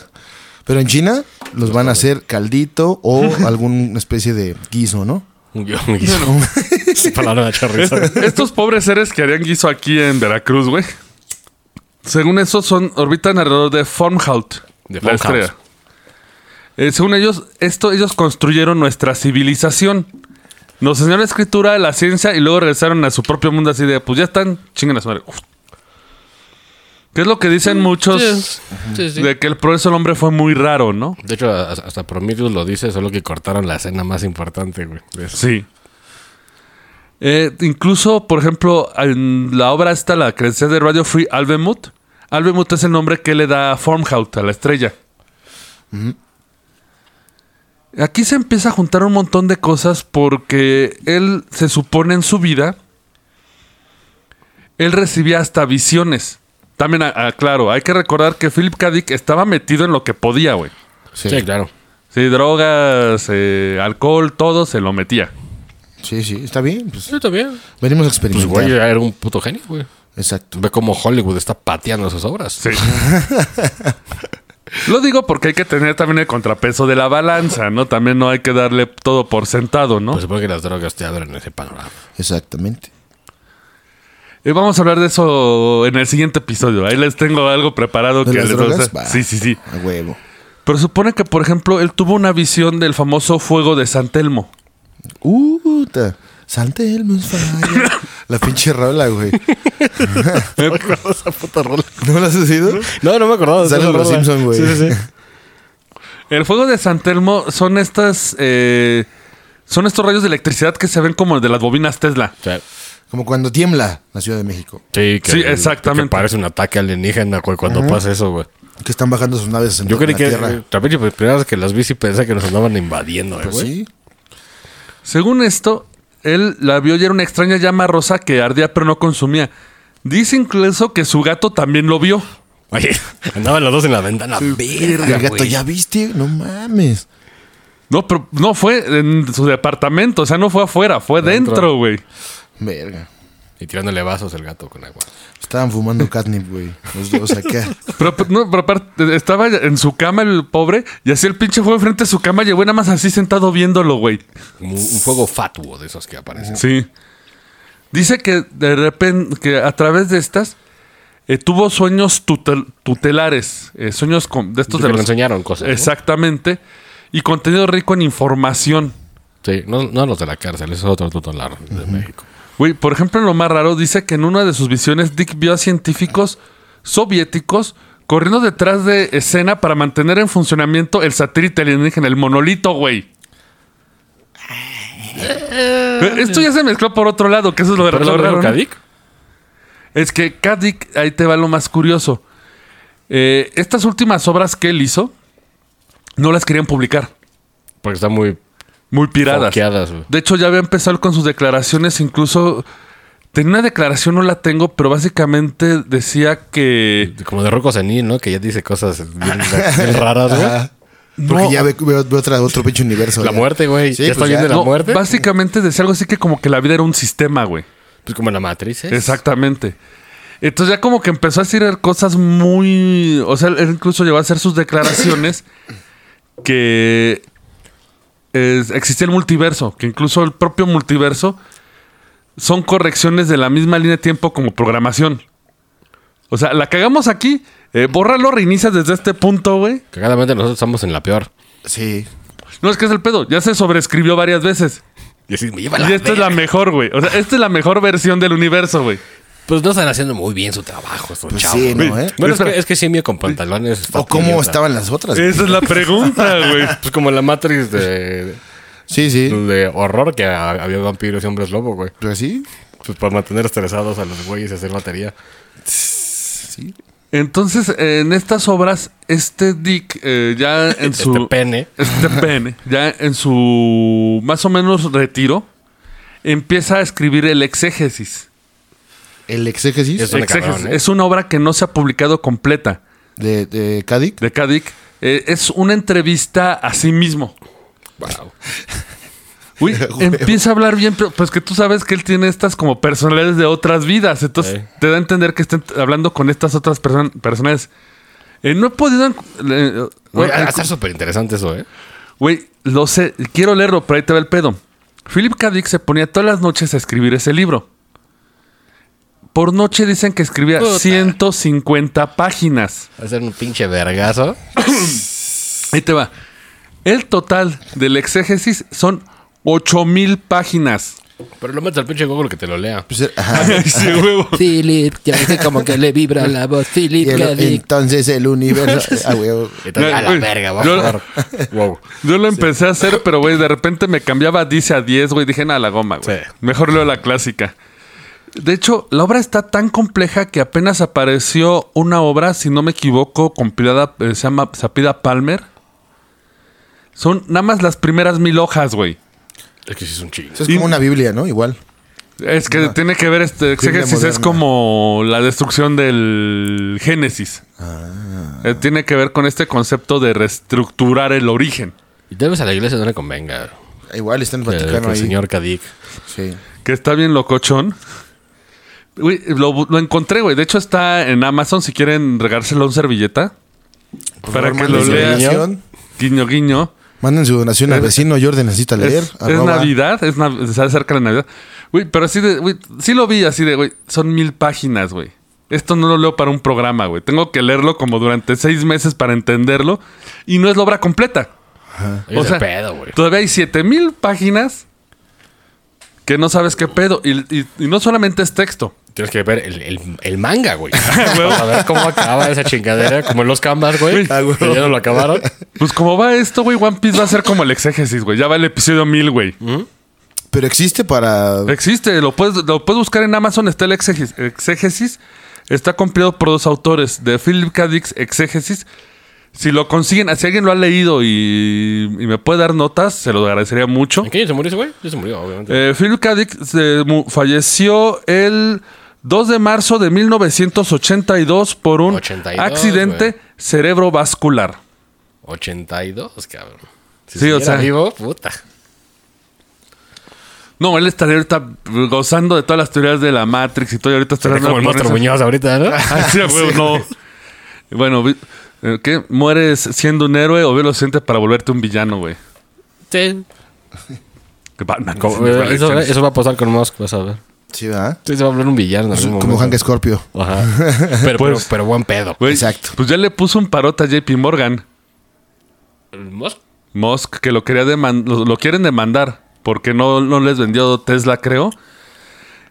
Pero en China los van a hacer caldito o alguna especie de guiso, ¿no?
Un guión, un guiso. Palabra de charriza.
Estos pobres seres que harían guiso aquí en Veracruz, güey. Según eso, son, orbitan alrededor de Formhout,
De
la
Farmhouse.
estrella. Eh, según ellos, esto ellos construyeron nuestra civilización. Nos enseñaron la escritura, la ciencia y luego regresaron a su propio mundo así de, pues ya están, chingan a su madre. Uf. ¿Qué es lo que dicen muchos?
Sí, sí.
De que el progreso del hombre fue muy raro, ¿no?
De hecho, a- hasta Prometheus lo dice, solo que cortaron la escena más importante, güey. de eso.
Sí. Eh, incluso, por ejemplo, en la obra está la creencia de Radio Free Albemuth. Albemuth es el nombre que le da Formhout a la estrella. Aquí se empieza a juntar un montón de cosas porque él se supone en su vida, él recibía hasta visiones. También a- aclaro, hay que recordar que Philip K. Dick estaba metido en lo que podía, güey.
Sí,
Sí, claro.
Sí, drogas, eh, alcohol, todo se lo metía.
sí, sí, está bien. Pues,
Yo también.
venimos a
Pues,
experimentar.
güey, era un puto genio, güey.
Exacto.
Ve cómo Hollywood está pateando sus obras.
Sí. Lo digo porque hay que tener también el contrapeso de la balanza, ¿no? También no hay que darle todo por sentado, ¿no?
Pues supongo que las drogas te abren ese panorama.
Exactamente.
Eh, vamos a hablar de eso en el siguiente episodio. Ahí les tengo algo preparado
¿De
que
las
les
drogas?
va a-
Va.
Sí, sí, sí.
A huevo.
Pero supone que, por ejemplo, él tuvo una visión del famoso fuego de San Telmo.
Uta. Santelmo es falla. La pinche rola, güey.
esa puta rola.
¿No la has oído?
No, no me acordaba. de
Salen
esa
los
rola.
Simpson, güey.
Sí, sí, sí.
El fuego de San Telmo son estas. eh, son estos rayos de electricidad que se ven como de las bobinas Tesla.
Como cuando tiembla la Ciudad de México.
Sí, que,
Sí, exactamente.
Que parece un ataque alienígena, güey, cuando pasa eso, güey.
Que están bajando sus naves en
Yo creí
la
que eh,
Tierra.
la pinche primera vez que las vi sí pensé que nos andaban invadiendo, eh,
Pues
güey.
sí.
Según esto, él la vio y era una extraña llama rosa que ardía pero no consumía. Dice incluso que su gato también lo vio.
Oye, andaban los dos en la ventana.
Verga, gato,
güey.
¿ya viste? No mames.
No, pero no fue en su departamento, o sea, no fue afuera, fue dentro, güey.
Verga.
Y tirándole vasos el gato con agua.
Estaban fumando catnip, güey. Los dos acá.
Pero, pero, no, pero aparte, eh, estaba en su cama el pobre y así el pinche fue enfrente de su cama, llegó nada más así sentado viéndolo, güey.
Como un, un fuego fatuo de esos que aparecen.
Sí. Dice que de repente, que a través de estas, eh, tuvo sueños tutel- tutelares, eh, sueños con, de estos
Yo
de
creo que
los-
nos enseñaron cosas. ¿no?
Exactamente. Y contenido rico en información.
Sí, no, no los de la cárcel, esos otros tutelar de México.
Güey, por ejemplo, lo más raro dice que en una de sus visiones Dick vio a científicos soviéticos corriendo detrás de escena para mantener en funcionamiento el satélite alienígena, el monolito, güey. Eh, Esto ya se mezcló por otro lado, que eso es lo, de
¿Pero
lo
lo
raro. ¿no?
Cadic?
Es que Kadik, ahí te va lo más curioso. Eh, estas últimas obras que él hizo, no las querían publicar.
Porque están muy
Muy piradas.
bloqueadas, güey.
De hecho, ya había empezado con sus declaraciones. Incluso tenía una declaración, no la tengo, pero básicamente decía que.
Como de Rocco Senil, ¿no? Que ya dice cosas bien, bien raras, güey.
Porque
No.
ya ve- veo, veo otra- otro pinche universo.
La
ya.
muerte, güey.
Sí,
ya
pues
está
ya.
viendo la
No,
muerte.
Básicamente decía algo así que como que la vida era un sistema, güey.
Pues como la matriz. ¿eh?
Exactamente. Entonces ya como que empezó a decir cosas muy... O sea, él incluso llegó a hacer sus declaraciones que es- existe el multiverso, que incluso el propio multiverso son correcciones de la misma línea de tiempo como programación. O sea, la cagamos aquí, eh, bórralo, reinicias desde este punto, güey.
Cagadamente nosotros estamos en la peor.
Sí.
No, es que es el pedo. Ya se sobreescribió varias veces.
Y así, me lleva la
Y esta es la
verga.
mejor, güey. O sea, esta es la mejor versión del universo, güey.
Pues no están haciendo muy bien su trabajo estos
Pues
chavos.
sí, ¿no,
güey.
eh?
Bueno, es que, es que simio con pantalones. está
¿O cómo
idiota.
estaban las otras? güey?
Esa es la pregunta, güey.
Pues como la Matrix de,
Sí, sí.
de horror que ha- había vampiros y hombres lobo, güey.
Pues sí.
Pues para mantener estresados a los güeyes y hacer batería.
Entonces, eh, en estas obras, este Dick eh, ya en su...
Este pene.
Este pene, ya en su más o menos retiro, empieza a escribir el exégesis.
El exégesis
Eso. Suena
Exégesis.
cabrón, ¿eh?
Es una obra que no se ha publicado completa
de, de Kadik.
de Kadik. Eh, es una entrevista a sí mismo.
Wow.
Uy, empieza a hablar bien, pero pues que tú sabes que él tiene estas como personalidades de otras vidas. Entonces
Sí.
te da a entender que estén hablando con estas otras personas personalidades. Eh, no he podido. encu- eh,
Güey,
eh,
va a ser súper interesante eso, ¿eh?
Güey, lo sé, quiero leerlo, pero ahí te va el pedo. Philip K. Dick se ponía todas las noches a escribir ese libro. Por noche dicen que escribía
Puta.
150 páginas.
Va a ser un pinche vergazo.
Ahí te va. El total del exégesis son 8000 páginas.
Pero lo metes al pinche Google que te lo lea.
Pues, ajá.
Sí, huevo.
Philip, ya sé como que le vibra la voz.
Y
Philip
el-
Kadik.
entonces el universo. Ah, güey.
Entonces,
No,
a la
güey.
verga, va a
Yo-
jugar. Wow.
Yo lo empecé a hacer, pero güey, de repente me cambiaba 10 a 10, güey. Dije, nada, la goma, güey.
Sí.
Mejor leo la clásica. De hecho, la obra está tan compleja que apenas apareció una obra, si no me equivoco, compilada, eh, se llama Sapida Palmer. Son nada más las primeras mil hojas, güey.
Es que sí es un chingo.
Eso es como una Biblia, ¿no? Igual.
Es que tiene que ver este exégesis, es
moderna.
como la destrucción del Génesis. Eh, tiene que ver con este concepto de reestructurar el origen.
Y tal vez a la iglesia no le convenga.
Igual está en el
Pues,
El,
Vaticano
el
ahí.
señor Kadik.
Sí.
Que está bien locochón. Güey, lo, bu- lo encontré, güey. De hecho, está en Amazon si quieren regárselo a un servilleta. para que lo
Manden su
lea.
donación.
Guiño, guiño.
Manden su donación al vecino. Jordan necesita leer.
Es, es
Arroba.
Navidad, es nav- se acerca la Navidad. Güey, pero así de, güey, sí lo vi así de, güey, son mil páginas, güey. Esto no lo leo para un programa, güey. Tengo que leerlo como durante seis meses para entenderlo. Y no es la obra completa.
Es el pedo, güey.
Todavía hay 7000 páginas que no sabes qué pedo. Y, y- y no solamente es texto.
Tienes que ver el, el, el manga, güey. Para ver cómo acaba esa chingadera. Como en los canvas, güey.
Ah, güey.
Que ya no lo acabaron.
Pues como va esto, güey, One Piece va a ser como el exégesis, güey. Ya va el episodio 1000, güey.
Pero existe para.
Existe, lo puedes, lo puedes buscar en Amazon, está el exégesis. exégesis. Está compilado por dos autores, de Philip K. Dick, Exégesis. Si lo consiguen, si alguien lo ha leído y, y me puede dar notas, se lo agradecería mucho.
¿En qué año se murió ese güey? Ya se murió, obviamente.
Eh, Philip K. Dick se mu- falleció el 2 de marzo de 1982 por un
82,
accidente
güey.
cerebrovascular.
82, cabrón. Si
Sí, o
siguiera
sea-
vivo, puta.
No, él estaría ahorita gozando de todas las teorías de la Matrix y todo. y ahorita estaría
Sería como
con
el monstruo
esas-
Muñoz ahorita, ¿no?
Ah, sí, a huevo, no. Bueno, vi- eh, ¿qué? ¿Mueres siendo un héroe o bien lo sientes para volverte un villano, güey?
Sí.
Que Batman.
Como- eh, eso, eso va a pasar con Musk, vas a ver.
Sí, ¿verdad?
Sí, se va a volver un villano. en algún
Pues, Como Hank
momento.
Scorpio.
Ajá. Pero,
Pues-
pero, pero buen pedo.
Güey,
Exacto.
Pues ya le puso un parote a JP Morgan.
Musk.
Musk, que lo quería deman- lo, lo quieren demandar porque no, no les vendió Tesla, creo.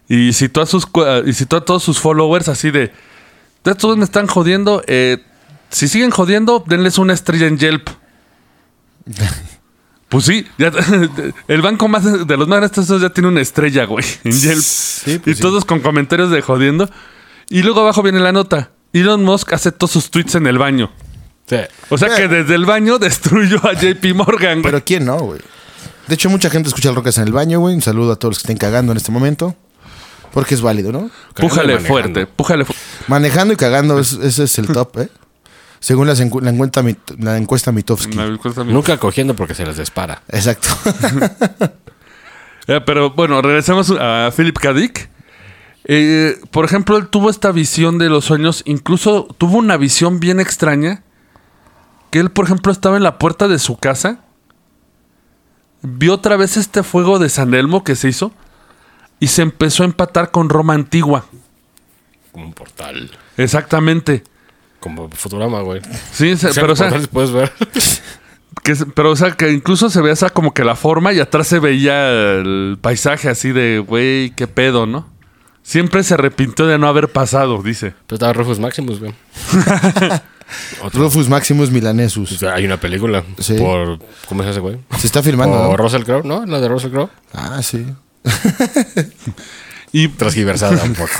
Y citó a sus cu- y citó a todos sus followers así de estos güeyes me están jodiendo, eh, si siguen jodiendo, denles una estrella en Yelp. Pues sí, ya- el banco más de los más grandes ya tiene una estrella, güey, en Yelp. y
pues sí.
todos con comentarios de jodiendo. Y luego abajo viene la nota. Elon Musk hace todos sus tweets en el baño.
Sí.
O
Eh.
sea que desde el baño destruyó a JP Morgan. güey.
Pero ¿quién no, güey? De hecho, mucha gente escucha el Rocas en el baño, güey. Un saludo a todos los que estén cagando en este momento. Porque es válido, ¿no?
Pújale
Manejando.
fuerte, pújale fuerte.
Manejando y cagando, es- ese es el top, ¿eh? Según las encu- la, encuesta, Mit- la encuesta Mitofsky.
Nunca cogiendo porque se les dispara.
Exacto.
Eh, pero bueno, regresamos a Philip K. Dick. Eh, por ejemplo, él tuvo esta visión de los sueños, incluso tuvo una visión bien extraña, que él, por ejemplo, estaba en la puerta de su casa, vio otra vez este fuego de San Elmo que se hizo y se empezó a empatar con Roma antigua.
como un portal.
Exactamente.
Como Futurama, güey.
Sí, se-
O sea,
pero o sea,
portales puedes ver.
que, se- pero o sea, que incluso se veía esa como que la forma y atrás se veía el paisaje así de, güey, qué pedo, ¿no? Siempre se arrepintió de no haber pasado, dice.
Pero estaba Rufus Maximus, güey. Otro.
Rufus Maximus
O
Milanesus.
sea, pues, hay una película
Sí.
por... ¿Cómo se hace, güey?
Se está filmando.
O
¿no?
Russell Crowe, ¿no? La de Russell Crowe.
Ah, sí.
Y
Transgiversada un poco.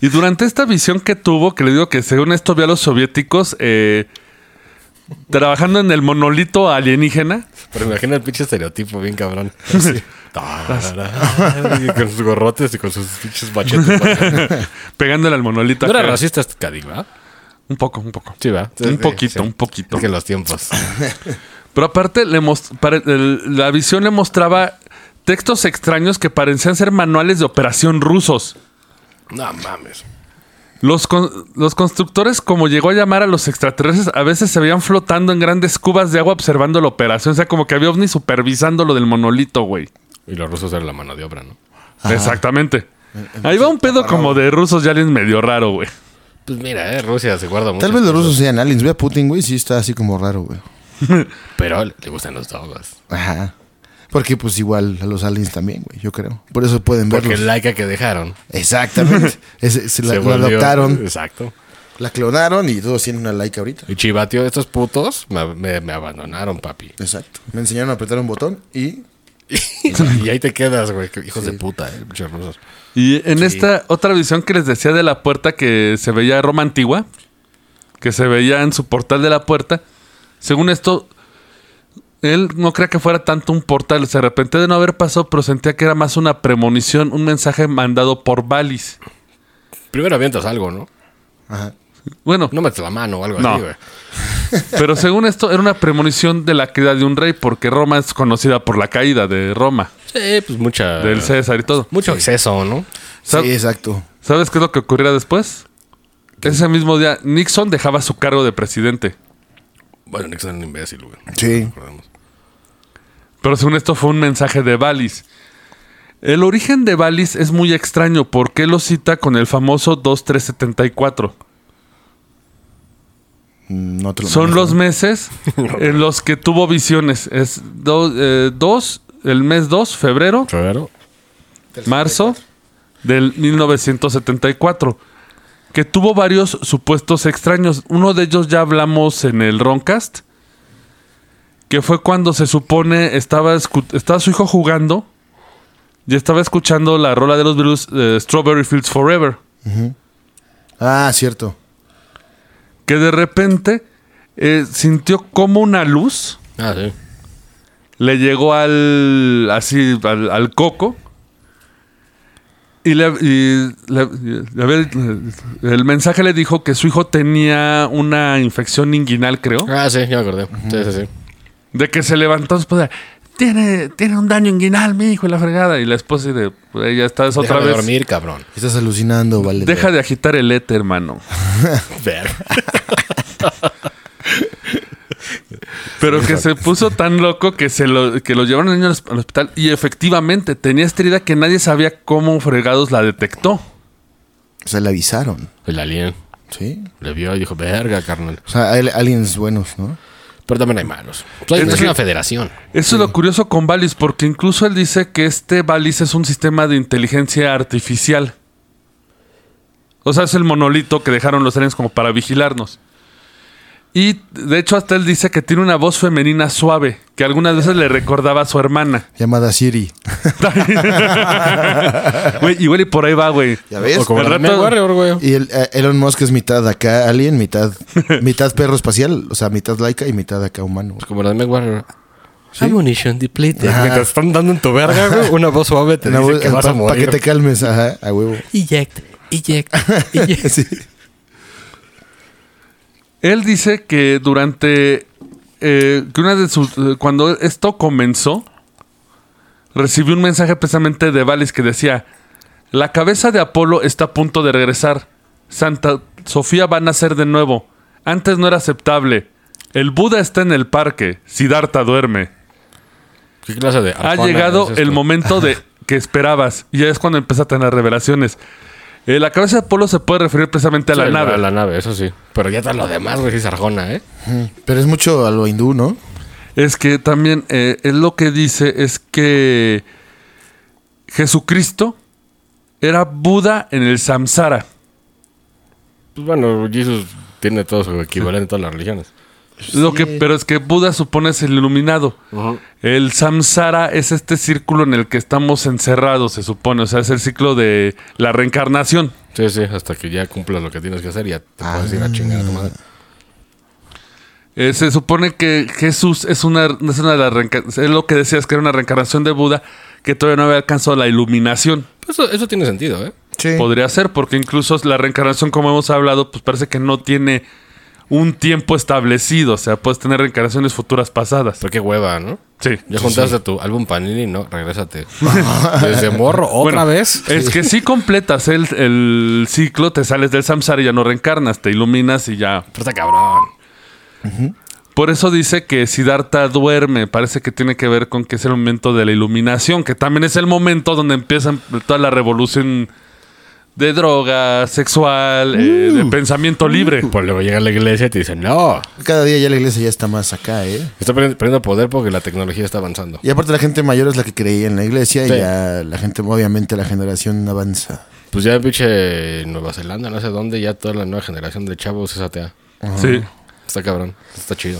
Y durante esta visión que tuvo, que le digo que según esto ve a los soviéticos eh, trabajando en el monolito alienígena.
Pero imagina el pinche estereotipo bien cabrón. Así. Y con sus gorrotes y con sus pinches machetes.
Pegándole al monolito.
No era
acá.
racista este Cádiz, ¿verdad?
Un poco, un poco.
Sí, ¿verdad?
Un poquito, un poquito.
Es que los tiempos.
Pero aparte, le most- pare- el- la visión le mostraba textos extraños que parecían ser manuales de operación rusos.
No mames.
Los, con- los constructores, como llegó a llamar a los extraterrestres, a veces se veían flotando en grandes cubas de agua observando la operación. O sea, como que había ovnis supervisando lo del monolito, güey.
Y los rusos eran la mano de obra, ¿no?
Exactamente. Ahí va un pedo como de rusos y aliens medio raro, güey.
Pues mira, eh, Rusia se guarda mucho.
Tal vez los rusos sean aliens. Ve a Putin, güey. Sí, está así como raro, güey.
Pero le gustan los dogs.
Ajá. Porque, pues, igual a los aliens también, güey. Yo creo. Por eso pueden verlos.
Porque el laica que dejaron.
Exactamente. Ese- se la,
se
lo
volvió-
adoptaron,
Exacto.
la clonaron y todos tienen una like ahorita.
Y chivatio, estos putos me, me- me abandonaron, papi.
Exacto. Me enseñaron a apretar un botón y
Y, ahí te quedas, güey. que Hijos de puta, eh, pinches rusos.
Y en esta otra visión que les decía de la puerta que se veía Roma antigua, que se veía en su portal de la puerta, según esto, él no creía que fuera tanto un portal. Se arrepentía de no haber pasado, pero sentía que era más una premonición, un mensaje mandado por Valis.
Primero avientas algo, ¿no?
Bueno,
No metes la mano o algo
No.
así, güey.
pero según esto, era una premonición de la caída de un rey, porque Roma es conocida por la caída de Roma,
Sí, pues mucha.
Ah.
del César y todo.
Mucho exceso, ¿no?
Sa-
Sí, exacto.
¿Sabes qué es lo que ocurrirá después? Ese mismo día, Nixon dejaba su cargo de presidente.
Bueno, Nixon era un imbécil, güey.
Sí.
Recordemos.
Pero según esto fue un mensaje de Valis. El origen de Valis es muy extraño porque lo cita con el famoso 2374.
Mm, No te lo
Son
manejo.
los meses en los que tuvo visiones. Es 2, el mes 2, febrero,
Febrero.
marzo del 1974. Que tuvo varios supuestos extraños. Uno de ellos ya hablamos en el Roncast. Que fue cuando se supone estaba, escu- estaba su hijo jugando. Y estaba escuchando la rola de los Blues eh, Strawberry Fields Forever.
Ah, cierto.
Que de repente eh, sintió como una luz
Ah, sí.
le llegó al así al, al coco y, le, y le- y- a ver, el mensaje le dijo que su hijo tenía una infección inguinal, creo,
Ah, sí, ya me acordé. Sí, sí, sí.
de que se levantó después de tiene, tiene un daño inguinal, mi hijo, y la fregada. Y la esposa y de "Güey, ya estás otra
Déjame
vez.
dormir, cabrón.
Estás alucinando, vale.
Deja de agitar el éter, hermano.
Ver.
Pero que se puso tan loco que se lo, que lo llevaron al niño al hosp- al hospital y efectivamente tenía esta herida que nadie sabía cómo fregados la detectó.
Se le avisaron.
El alien
Sí.
le vio y dijo, verga, carnal.
O sea, hay aliens buenos, ¿no?
Pero también hay malos. Pues hay-
Es
es
que-
una federación.
Eso es lo curioso con Valis, porque incluso él dice que este Valis es un sistema de inteligencia artificial. O sea, es el monolito que dejaron los aliens como para vigilarnos. Y de hecho, hasta él dice que tiene una voz femenina suave, que algunas veces le recordaba a su hermana.
Llamada Siri.
Güey, igual y por ahí va, güey.
¿Ya ves?
O como
Al
la
rato-
Mega Warrior, güey.
Y el, eh, Elon Musk es mitad acá alien, mitad mitad perro espacial, o sea, mitad laica y mitad acá humano.
Como la de Meg Warrior. Ammunition depleted. Mientras están dando en tu verga, güey, una voz suave te
Una
dice
voz-
eh,
que
pa-
vas a
pa' que
morir.
te calmes, ajá, a huevo.
Eject, eject, eject.
Sí.
Él dice que durante eh, que una de sus eh, cuando esto comenzó recibió un mensaje precisamente de Valis que decía la cabeza de Apolo está a punto de regresar Santa Sofía va a nacer de nuevo antes no era aceptable el Buda está en el parque Siddhartha duerme
¿Qué clase de
ha
arjona
llegado
Ah, es esto?
el momento de que esperabas y ya es cuando empiezan a tener revelaciones Eh, la cabeza de Polo se puede referir precisamente a la
Sí,
nave.
A la nave, eso sí. Pero ya está lo demás, güey, sí es arjona, ¿eh?
Pero es mucho a lo hindú, ¿no?
Es que también eh, él lo que dice es que Jesucristo era Buda en el samsara.
Pues bueno, Jesús tiene todo su equivalente en todas las religiones.
Lo que, pero es que Buda supone es el iluminado. El samsara es este círculo en el que estamos encerrados, se supone. O sea, es el ciclo de la reencarnación.
Sí, sí, hasta que ya cumplas lo que tienes que hacer y ya te puedes ir a chingar a tu madre.
Eh, se supone que Jesús es una, es una de las reenca- Es lo que decías que era una reencarnación de Buda que todavía no había alcanzado la iluminación.
Pues eso, eso tiene sentido, ¿eh?
Sí.
Podría ser, porque incluso la reencarnación, como hemos hablado, pues parece que no tiene un tiempo establecido. O sea, puedes tener reencarnaciones futuras pasadas.
Pero qué hueva, ¿no?
Sí.
Ya juntaste tu álbum Panini, no, regrésate. Desde morro, oh, otra
Bueno,
vez.
Es que si completas el, el ciclo, te sales del samsara y ya no reencarnas, te iluminas y ya.
Pero está cabrón.
Por eso dice que Siddhartha duerme. Parece que tiene que ver con que es el momento de la iluminación, que también es el momento donde empieza toda la revolución de droga, sexual, eh,
Mm.
de pensamiento libre.
Pues luego llega a la iglesia y te dicen, no,
Cada día ya la iglesia ya está más acá, ¿eh?
está perdi- perdiendo poder porque la tecnología está avanzando.
Y aparte la gente mayor es la que creía en la iglesia
Sí.
y ya la gente, obviamente la generación avanza.
Pues ya en pinche Nueva Zelanda, no sé dónde, ya toda la nueva generación de chavos es atea.
Sí.
Está cabrón, está chido.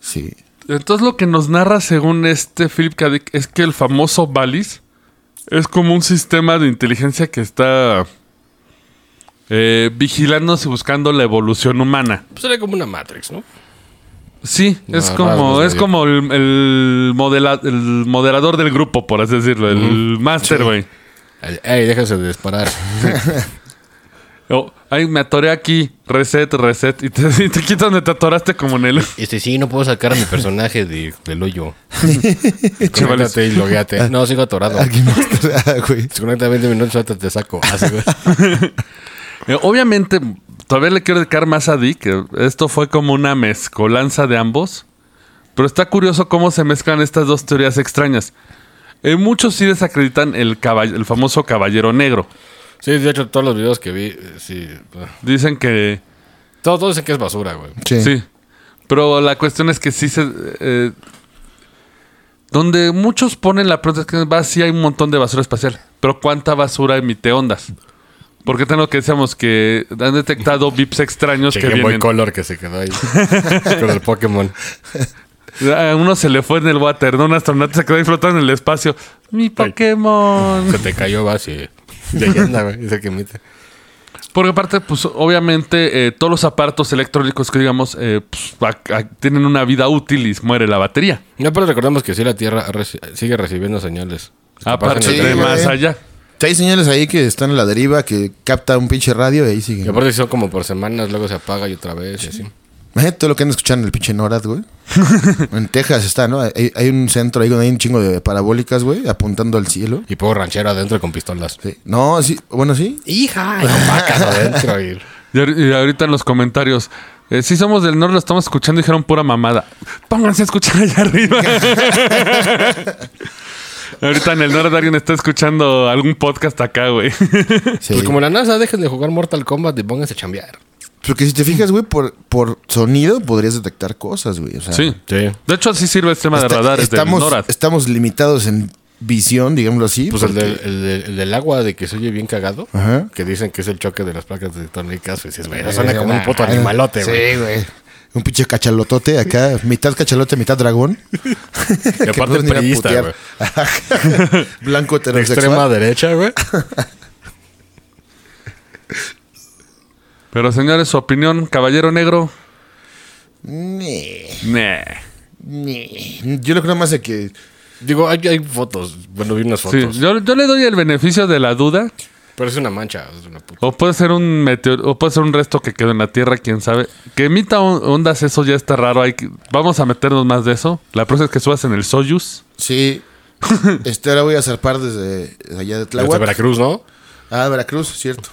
Sí.
Entonces lo que nos narra según este Philip K. Dick es que el famoso Valis es como un sistema de inteligencia que está eh, vigilándose y buscando la evolución humana.
Pues sería como una Matrix, ¿no?
Sí, es
Ah,
como,
rasgos
es
medio.
como el, el modela- el moderador del grupo, por así decirlo, el master, güey.
El- Ey, déjense de disparar.
Oh, ay, me atoré aquí, reset, reset, y te, y te quitas donde te atoraste como en el...
Este sí, no puedo sacar a mi personaje de- del hoyo.
Chavales.
Conéctate y logueate. No, sigo atorado.
Alguien más. Ah, güey.
Desconecta 20 minutos, ahorita te saco. Así, güey.
Eh, obviamente, todavía le quiero dedicar más a Dick. eh, Esto fue como una mezcolanza de ambos. Pero está curioso cómo se mezclan estas dos teorías extrañas. Eh, muchos sí desacreditan el, caball- el famoso caballero negro.
Sí, de hecho, todos los videos que vi, eh, sí. eh,
Dicen que
Todos, todos dicen que es basura, güey.
Sí.
Sí. Pero la cuestión es que sí se. eh, donde muchos ponen la pregunta es que va, sí hay un montón de basura espacial. Pero ¿cuánta basura emite ondas? Porque tengo lo que decíamos que han detectado VIPs extraños que
Chequé Boy
vienen.
Color que se quedó ahí con el Pokémon.
A uno se le fue en el water, ¿no? Un astronauta se quedó ahí flotando en el espacio. Mi Pokémon.
Se te cayó, vas y. Y ahí anda, güey. Es el que emite.
Porque aparte, pues obviamente eh, todos los aparatos electrónicos que digamos eh, pues, a- a- tienen una vida útil y muere la batería.
No, pero recordemos que sí, la Tierra reci- sigue recibiendo señales.
Ah,
Capaz
Aparte
en el-
de
güey.
más allá.
Sí, Hay señales ahí que están a la deriva, que capta un pinche radio y ahí
Y
siguen.
aparte son como por semanas, luego se apaga y otra vez y así.
Imagínate todo lo que andan escuchando en el pinche NORAD, güey. en Texas está, ¿no? Hay, hay un centro ahí donde hay un chingo de parabólicas, güey, apuntando al cielo.
Y pongo ranchero adentro con pistolas.
Sí. No, sí, bueno, sí.
¡Hija! Y con vacas adentro. Y...
Y, ahor- y ahorita en los comentarios. eh, sí somos del norte, lo estamos escuchando y dijeron pura mamada. Pónganse a escuchar allá arriba. ahorita en el norte alguien está escuchando algún podcast acá, güey.
sí.
Pues como la NASA, dejen de jugar Mortal Kombat y pónganse a chambear.
Porque si te fijas, güey, por, por sonido podrías detectar cosas, güey. O sea,
sí.
Sí.
De hecho, así sirve el tema
Ah, Está-
de radares
estamos,
del NORAD.
estamos limitados en visión, digámoslo así.
Pues el,
porque-
del- el del- el del agua de que se oye bien cagado,
Ajá.
que dicen que es el choque de las placas tectónicas, pues dices, güey, eso suena como un puto animalote, güey.
Eh, Sí, güey. Un pinche cachalotote acá, mitad cachalote, mitad dragón.
Y
Que
aparte
puedes ni ir a
priista,
putear.
güey.
Blanco
De extrema
heterosexual.
derecha, güey.
Pero señores, su opinión, caballero negro.
Ni-
Nah.
ni- Yo lo creo más de que.
Digo, hay, hay fotos. Bueno, vi unas
Sí,
fotos.
yo, yo le doy el beneficio de la duda.
Pero es una mancha. Es una puta.
O puede ser un meteoro, o puede ser un resto que quedó en la Tierra, quién sabe. Que emita on- ondas, eso ya está raro. Hay que- vamos a meternos más de eso. La próxima es que subas en el Soyuz.
Sí. este, ahora voy a zarpar desde allá de
Desde
Tlahuac.
Veracruz, ¿no?
Ah, Veracruz, cierto.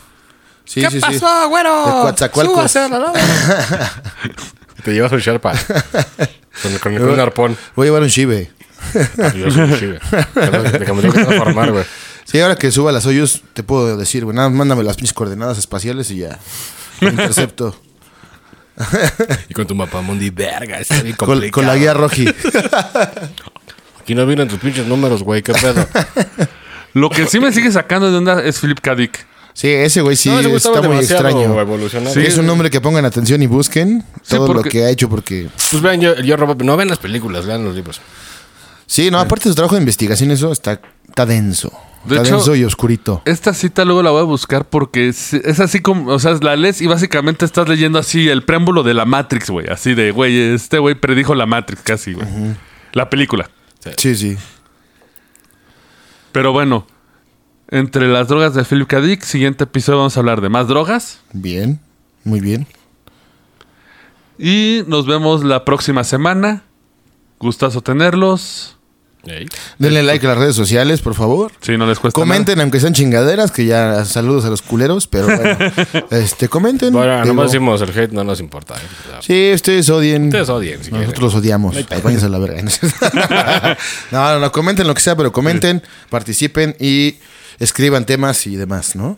Sí, ¿Qué pasó, güero? De Coatzacoalcos.
Te llevas un Sherpa. con, con un arpón. Ah,
Voy a llevar un chive.
Yo soy un chive. Te cambié que te vas a formar, güey.
Sí, Sí, ahora que suba las hoyos, te puedo decir, güey, nada, más mándame las pinches coordenadas espaciales y ya. lo Intercepto.
Y con tu mapa mundi, verga, está bien
con,
complicado.
con la guía roji.
Aquí no vienen tus pinches números, güey, qué pedo.
Lo que sí me sigue sacando de onda es Philip K. Dick.
Sí, ese güey sí
No, ese güey
está
estaba
muy
demasiado
extraño.
evolucionado.
Sí, es un nombre que pongan atención y busquen
Sí,
todo
porque-
lo que ha hecho porque...
Pues vean, yo, yo robo- no vean las películas, vean los libros.
Sí, no, aparte su trabajo de investigación eso está, está denso.
De
está
hecho-
denso y oscurito.
Esta cita luego la voy a buscar porque es, es así como, o sea, la lees y básicamente estás leyendo así el preámbulo de la Matrix, güey. Así de, güey, este güey predijo la Matrix casi, güey. La película.
Sí, sí.
Pero bueno, entre las drogas de Philip K. Dick, siguiente episodio vamos a hablar de más drogas.
Bien, muy bien.
Y nos vemos la próxima semana. Gustazo tenerlos.
Ey.
Denle like a las redes sociales, por favor.
Si no les cuesta
Comenten, aunque sean chingaderas, que ya saludos a los culeros, pero bueno. este, comenten.
Bueno,
digo,
nomás decimos el hate, no nos importa. eh. O sea,
Sí, ustedes odien.
Ustedes odien, si
Nosotros
quieren.
los odiamos. Ay, váyanse a la verga. no, no, no, comenten lo que sea, pero comenten, participen y escriban temas y demás, ¿no?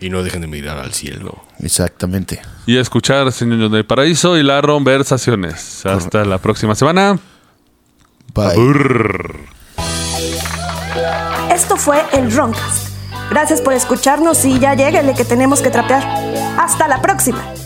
Y no dejen de mirar al cielo.
Exactamente.
nada. Y escuchar Señores del Paraíso y las conversaciones. Hasta la próxima semana.
Bye.
Esto fue el Roncast. Gracias por escucharnos y ya lléguenle que tenemos que trapear. Hasta la próxima.